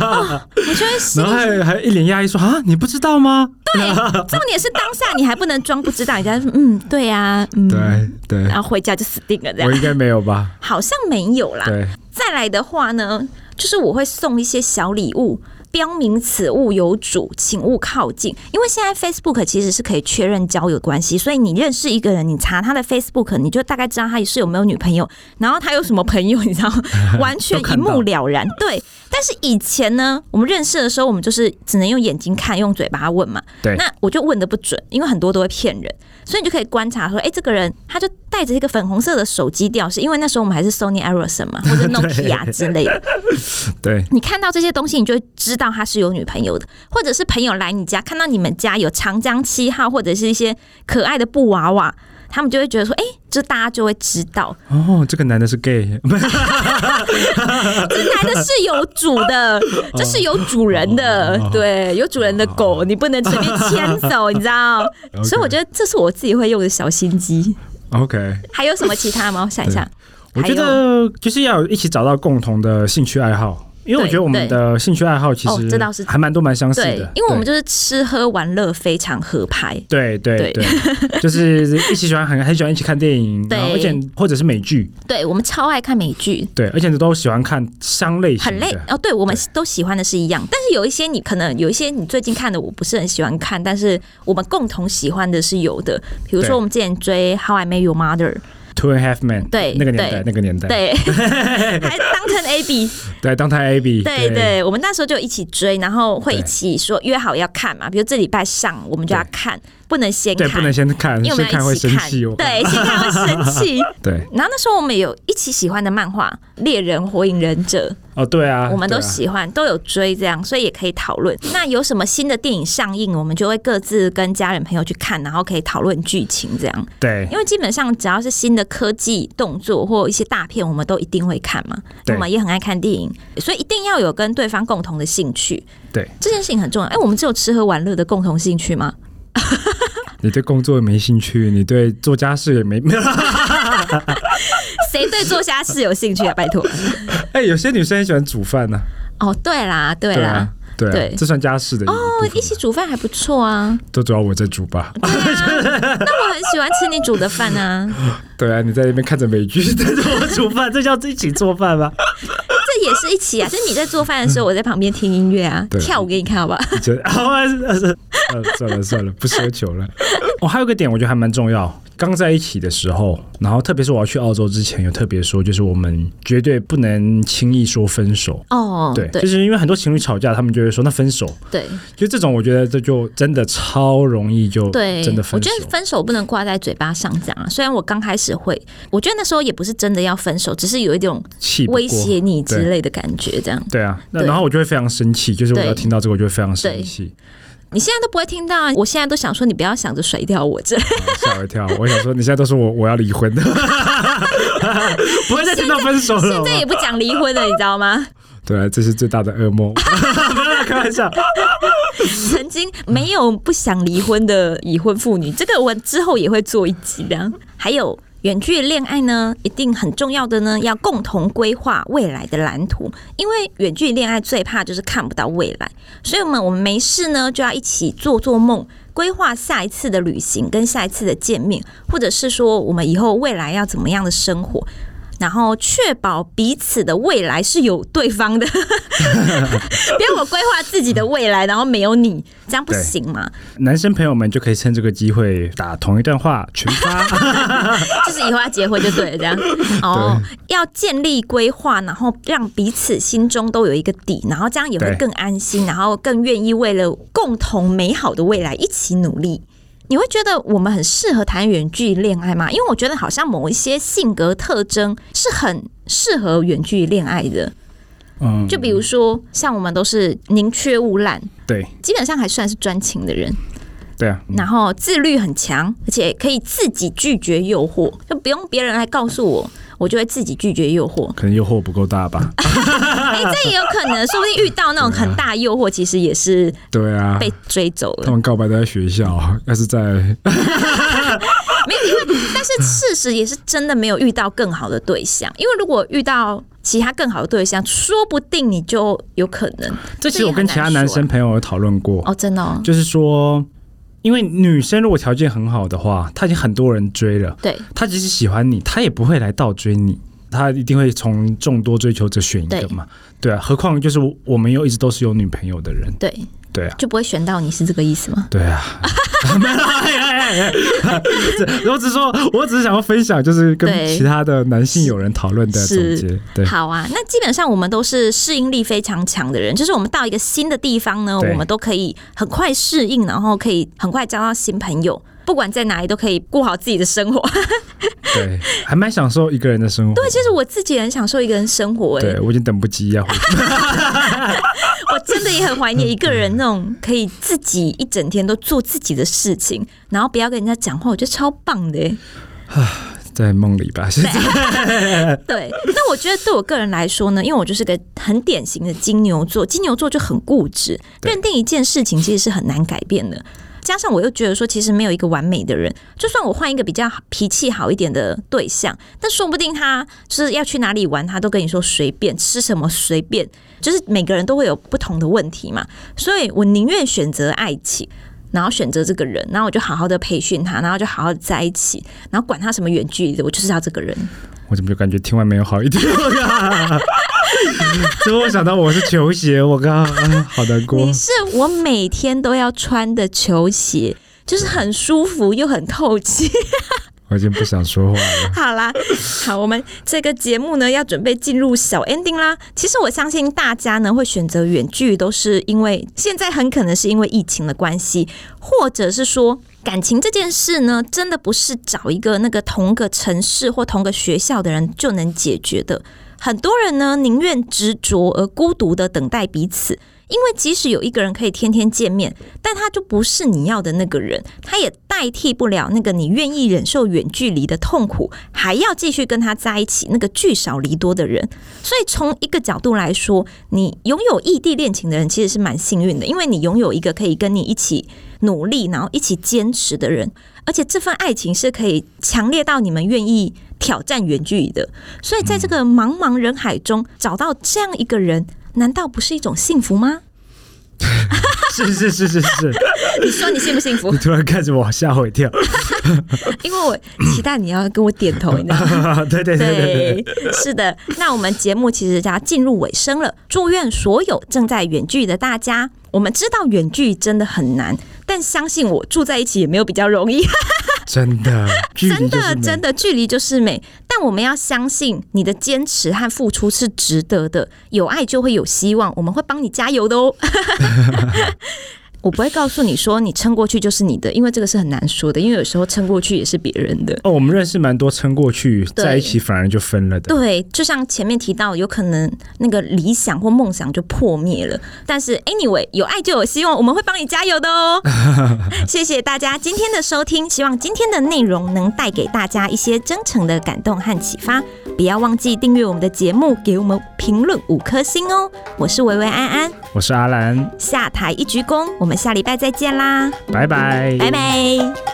Speaker 1: 我就会心
Speaker 2: 然后
Speaker 1: 里。
Speaker 2: 还还一脸压抑说啊，你不知道吗？
Speaker 1: 对，重点是当下你还不能装不知道，人家说嗯，对呀、嗯，
Speaker 2: 对对，
Speaker 1: 然后回家就死定了这样
Speaker 2: 我。应该没有吧？
Speaker 1: 好像没有啦。
Speaker 2: 对，
Speaker 1: 再来的话呢，就是我会送一些小礼物，标明此物有主，请勿靠近。因为现在 Facebook 其实是可以确认交友关系，所以你认识一个人，你查他的 Facebook，你就大概知道他是有没有女朋友，然后他有什么朋友，你知道，完全一目了然。对，但是以前呢，我们认识的时候，我们就是只能用眼睛看，用嘴巴问嘛。
Speaker 2: 对
Speaker 1: 那我就问的不准，因为很多都会骗人，所以你就可以观察说，哎、这个人他就带着一个粉红色的手机吊饰，因为那时候我们还是 Sony Ericsson 嘛，或者 Nokia 之类的。
Speaker 2: 对
Speaker 1: 你看到这些东西，你就会知道他是有女朋友的，或者是朋友来你家，看到你们家有长江七号或者是一些可爱的布娃娃，他们就会觉得说，哎、这大家就会知道，
Speaker 2: 哦，这个男的是 gay，不 是
Speaker 1: 这男的是有主 的，这是有主人
Speaker 2: 哦
Speaker 1: 的，对，有主人的狗，你不能随便牵 走，你知道？所以我觉得这是我自己会用的小心机。
Speaker 2: OK。
Speaker 1: 还有什么其他吗？我想一下，
Speaker 2: 我觉得就是要有一起找到共同的兴趣爱好，因为我
Speaker 1: 对
Speaker 2: 觉得我们的兴趣爱好其
Speaker 1: 哦这倒是
Speaker 2: 实还蛮多蛮相似
Speaker 1: 对
Speaker 2: 的，，
Speaker 1: 因为我们
Speaker 2: 就
Speaker 1: 就是吃喝玩乐非常合拍。
Speaker 2: 对对
Speaker 1: 对
Speaker 2: 对， 就是一起喜欢很很喜欢一起看电影，
Speaker 1: 对
Speaker 2: 然后而且或者是美剧，
Speaker 1: 对，我们超爱看美剧，
Speaker 2: 对，而且都喜欢看相类型
Speaker 1: 很累
Speaker 2: 的，
Speaker 1: 哦。对，我们都喜欢的是一样，但是有一些你可能有一些你最近看的我不是很喜欢看，但是我们共同喜欢的是有的。比如说
Speaker 2: 对
Speaker 1: 我们之前追《How I Met Your Mother》，
Speaker 2: Two and a Half Men，
Speaker 1: 对
Speaker 2: 那个年代
Speaker 1: 对
Speaker 2: 那个年代，
Speaker 1: 对， 还当成 A B，
Speaker 2: 对，当他 AB，
Speaker 1: 对对，我们那时候就一起追，然后会一
Speaker 2: 对
Speaker 1: 起说约好要看嘛，比如这礼拜上我们就要
Speaker 2: 对
Speaker 1: 看，不能先
Speaker 2: 对，
Speaker 1: 看，
Speaker 2: 不能先看，
Speaker 1: 因为我
Speaker 2: 先
Speaker 1: 们
Speaker 2: 看
Speaker 1: 要
Speaker 2: 会
Speaker 1: 一起
Speaker 2: 生
Speaker 1: 看，
Speaker 2: 气，我
Speaker 1: 对，先看会 生气。
Speaker 2: 对，
Speaker 1: 然后那时候我们有一起喜欢的漫画《猎人》《火影忍者
Speaker 2: 哦，对啊，》，
Speaker 1: 我们
Speaker 2: 对
Speaker 1: 都
Speaker 2: 啊
Speaker 1: 喜欢，都有追这样，所以也可以讨论。那有什么新的电影上映，我们就会各自跟家人朋友去看，然后可以讨论剧情这样。
Speaker 2: 对
Speaker 1: 因为基本上只要是新的科技动作或一些大片，我们都一定会看嘛。
Speaker 2: 对
Speaker 1: 我们也很爱看电影，所以一定要有跟对方共同的兴趣，
Speaker 2: 对，
Speaker 1: 这件事情很重要。哎、我们只有吃喝玩乐的共同兴趣 吗？
Speaker 2: 你对工作也没兴趣，你对做家事也没 没有啦。
Speaker 1: 谁对做家事有兴趣啊？拜 托。
Speaker 2: 哎、有些女生很喜欢煮饭呢、啊
Speaker 1: 哦，对啦，对
Speaker 2: 对
Speaker 1: 啦
Speaker 2: 啊。，对啊
Speaker 1: 对
Speaker 2: 这算家事的哦
Speaker 1: 哦，一起煮饭还不错 啊，
Speaker 2: 都主要我在煮 吧。
Speaker 1: 对啊，那我很喜欢吃你煮的饭啊，
Speaker 2: 对啊，你在那边看着美剧，但 是我煮饭，这叫一起做饭吗？
Speaker 1: 这也是一起啊，就是你在做饭的时候，我在旁边听音乐啊，
Speaker 2: 嗯对
Speaker 1: 跳舞给你看好不好？
Speaker 2: 你觉得啊，我还是呃是呃算了算了，不奢求了。哦，还有一个点我觉得还蛮重要。刚在一起的时候，然后特别是我要去澳洲之前，有特别说，就是我们绝对不能轻易说分手。
Speaker 1: 哦，
Speaker 2: 对，就
Speaker 1: 对
Speaker 2: 是因为很多情侣吵架，他们就会说那分手。
Speaker 1: 对
Speaker 2: 就这种，我觉得这就真的超容易就
Speaker 1: 对
Speaker 2: 真的，分
Speaker 1: 我
Speaker 2: 手
Speaker 1: 觉。得分手不能挂在嘴巴上讲啊。虽然我刚开始会，我觉得那时候也不是真的要分手，只是有一种
Speaker 2: 气不过
Speaker 1: 威胁你之类的感觉。这样，
Speaker 2: 对啊，那
Speaker 1: 对
Speaker 2: 然后我就会非常生气，就是我
Speaker 1: 对
Speaker 2: 要听到这个，我就会非常生气，
Speaker 1: 你现在都不会听到啊，我现在都想说，你不要想着甩掉我这。
Speaker 2: 啊吓我一跳。我想说，你现在都说我我要离婚的， 不会再听到分手了
Speaker 1: 现
Speaker 2: 好吗
Speaker 1: 在也不讲离婚了，你知道吗？
Speaker 2: 对啊，这是最大的噩梦。没有啦，开玩笑。
Speaker 1: 曾经没有不想离婚的已婚妇女，这个我之后也会做一集的。还有远距离恋爱呢，一定很重要的呢，要共同规划未来的蓝图，因为远距离恋爱最怕就是看不到未来，所以我们我们没事呢就要一起做做梦。规划下一次的旅行跟下一次的见面，或者是说我们以后未来要怎么样的生活，然后确保彼此的未来是有对方的， 不要我规划自己的未来，然后没有你，这样不
Speaker 2: 对
Speaker 1: 行嘛？
Speaker 2: 男生朋友们就可以趁这个机会打同一段话群 发，
Speaker 1: 就是以后要结婚就对了，这样哦，要建立规划，然后让彼此心中都有一个底，然后这样也会
Speaker 2: 对
Speaker 1: 更安心，然后更愿意为了共同美好的未来一起努力。你会觉得我们很适合谈远距离恋爱吗？因为我觉得好像某一些性格特征是很适合远距离恋爱的，
Speaker 2: 嗯，
Speaker 1: 就比如说像我们都是宁缺毋滥，
Speaker 2: 对
Speaker 1: 基本上还算是专情的人。
Speaker 2: 对啊，。
Speaker 1: 然后自律很强，而且可以自己拒绝诱惑，就不用别人来告诉我，我就会自己拒绝诱惑
Speaker 2: 可能诱惑不够 大吧？
Speaker 1: 哎、这也有可能，说不定遇到那种很大诱惑，其实也是
Speaker 2: 对啊，
Speaker 1: 被追走
Speaker 2: 他
Speaker 1: 了。
Speaker 2: 们告白都在学校，要 是在
Speaker 1: 没有，因为但是事实也是真的没有遇到更好的对象，因为如果遇到其他更好的对象，说不定你就有可能。
Speaker 2: 这其实
Speaker 1: 也
Speaker 2: 我
Speaker 1: 很
Speaker 2: 跟其他
Speaker 1: 难
Speaker 2: 男
Speaker 1: 说
Speaker 2: 生朋友有讨论过，
Speaker 1: 哦，真的哦，
Speaker 2: 就是说，因为女生如果条件很好的话，她已经很多人追了，
Speaker 1: 对
Speaker 2: 她即使喜欢你，她也不会来倒追你。她一定会从众多追求者选一个
Speaker 1: 对
Speaker 2: 嘛，对啊，何况就是我们又一直都是有女朋友的人，
Speaker 1: 对，
Speaker 2: 对啊，
Speaker 1: 就不会选到你是这个意思吗？
Speaker 2: 对啊， 没有啦，哎哎哎哎这我只是说，我只是想要分享，就是跟
Speaker 1: 对
Speaker 2: 其他的男性友人讨论的总
Speaker 1: 是
Speaker 2: 结，对，
Speaker 1: 好啊，那基本上我们都是适应力非常强的人，就是我们到一个新的地方呢，
Speaker 2: 对
Speaker 1: 我们都可以很快适应，然后可以很快交到新朋友。不管在哪里都可以过好自己的生活。
Speaker 2: 对，还蛮享受一个人的生活。
Speaker 1: 对，其实我自己也很享受一个人生活、欸，
Speaker 2: 对我已经等不及要回去。
Speaker 1: 我真的也很怀念一个人那种可以自己一整天都做自己的事情，然后不要跟人家讲话，我觉得超棒的、欸。
Speaker 2: 在梦里吧，现在
Speaker 1: 对，那我觉得对我个人来说呢，因为我就是个很典型的金牛座，金牛座就很固执，
Speaker 2: 对
Speaker 1: 认定一件事情其实是很难改变的。加上我又觉得说，其实没有一个完美的人，就算我换一个比较脾气好一点的对象，但说不定他就是要去哪里玩，他都跟你说随便，吃什么随便，就是每个人都会有不同的问题嘛。所以我宁愿选择爱情。然后选择这个人，然后我就好好的培训他，然后就好好的在一起，然后管他什么远距离的，我就是要这个人。
Speaker 2: 我怎么就感觉听完没有好一点 啊？最后想到我是球鞋，我刚刚、啊、好难过
Speaker 1: 你。是我每天都要穿的球鞋，就是很舒服又很透气。
Speaker 2: 我已经不想说话了。
Speaker 1: 好啦，好，我们这个节目呢要准备进入小 ending 啦。其实我相信大家呢会选择远距，都是因为现在很可能是因为疫情的关系，或者是说。感情这件事呢，真的不是找一个那个同个城市或同个学校的人就能解决的。很多人呢，宁愿执着而孤独的等待彼此，因为即使有一个人可以天天见面，但他就不是你要的那个人，他也代替不了那个你愿意忍受远距离的痛苦，还要继续跟他在一起那个聚少离多的人。所以从一个角度来说，你拥有异地恋情的人其实是蛮幸运的，因为你拥有一个可以跟你一起努力，然后一起坚持的人，而且这份爱情是可以强烈到你们愿意挑战远距离的。所以在这个茫茫人海中找到这样一个人，难道不是一种幸福吗？
Speaker 2: 是是是是是，
Speaker 1: 你说你幸不幸福
Speaker 2: 你？突然看着我吓我一跳。
Speaker 1: 因为我期待你要跟我点 头，你知道吗？
Speaker 2: 对对对对对，
Speaker 1: 对，是的。那我们节目其实要进入尾声了，祝愿所有正在远距的大家，我们知道远距真的很难，但但相信我，住在一起也没有比较容易。啊
Speaker 2: 真的， 距离
Speaker 1: 真
Speaker 2: 就是
Speaker 1: 的
Speaker 2: 美
Speaker 1: 真的距离就是美，但我们要相信你的坚持和付出是值得的，有爱就会有希望，我们会帮你加油的 哦。我不会告诉你说你撑过去就是你的，因为这个是很难说的，因为有时候撑过去也是别人的。
Speaker 2: 哦，我们认识蛮多撑过去
Speaker 1: 对
Speaker 2: 在一起反而就分了的。
Speaker 1: 对，就像前面提到，有可能那个理想或梦想就破灭了。但是 anyway，有爱就有希望，我们会帮你加油的哦。谢谢大家今天的收听，希望今天的内容能带给大家一些真诚的感动和启发。不要忘记订阅我们的节目，给我们评论五颗星哦。我是维维安安，
Speaker 2: 我是阿兰，
Speaker 1: 下台一鞠躬，我们下礼拜再见啦，
Speaker 2: 拜拜，
Speaker 1: 拜拜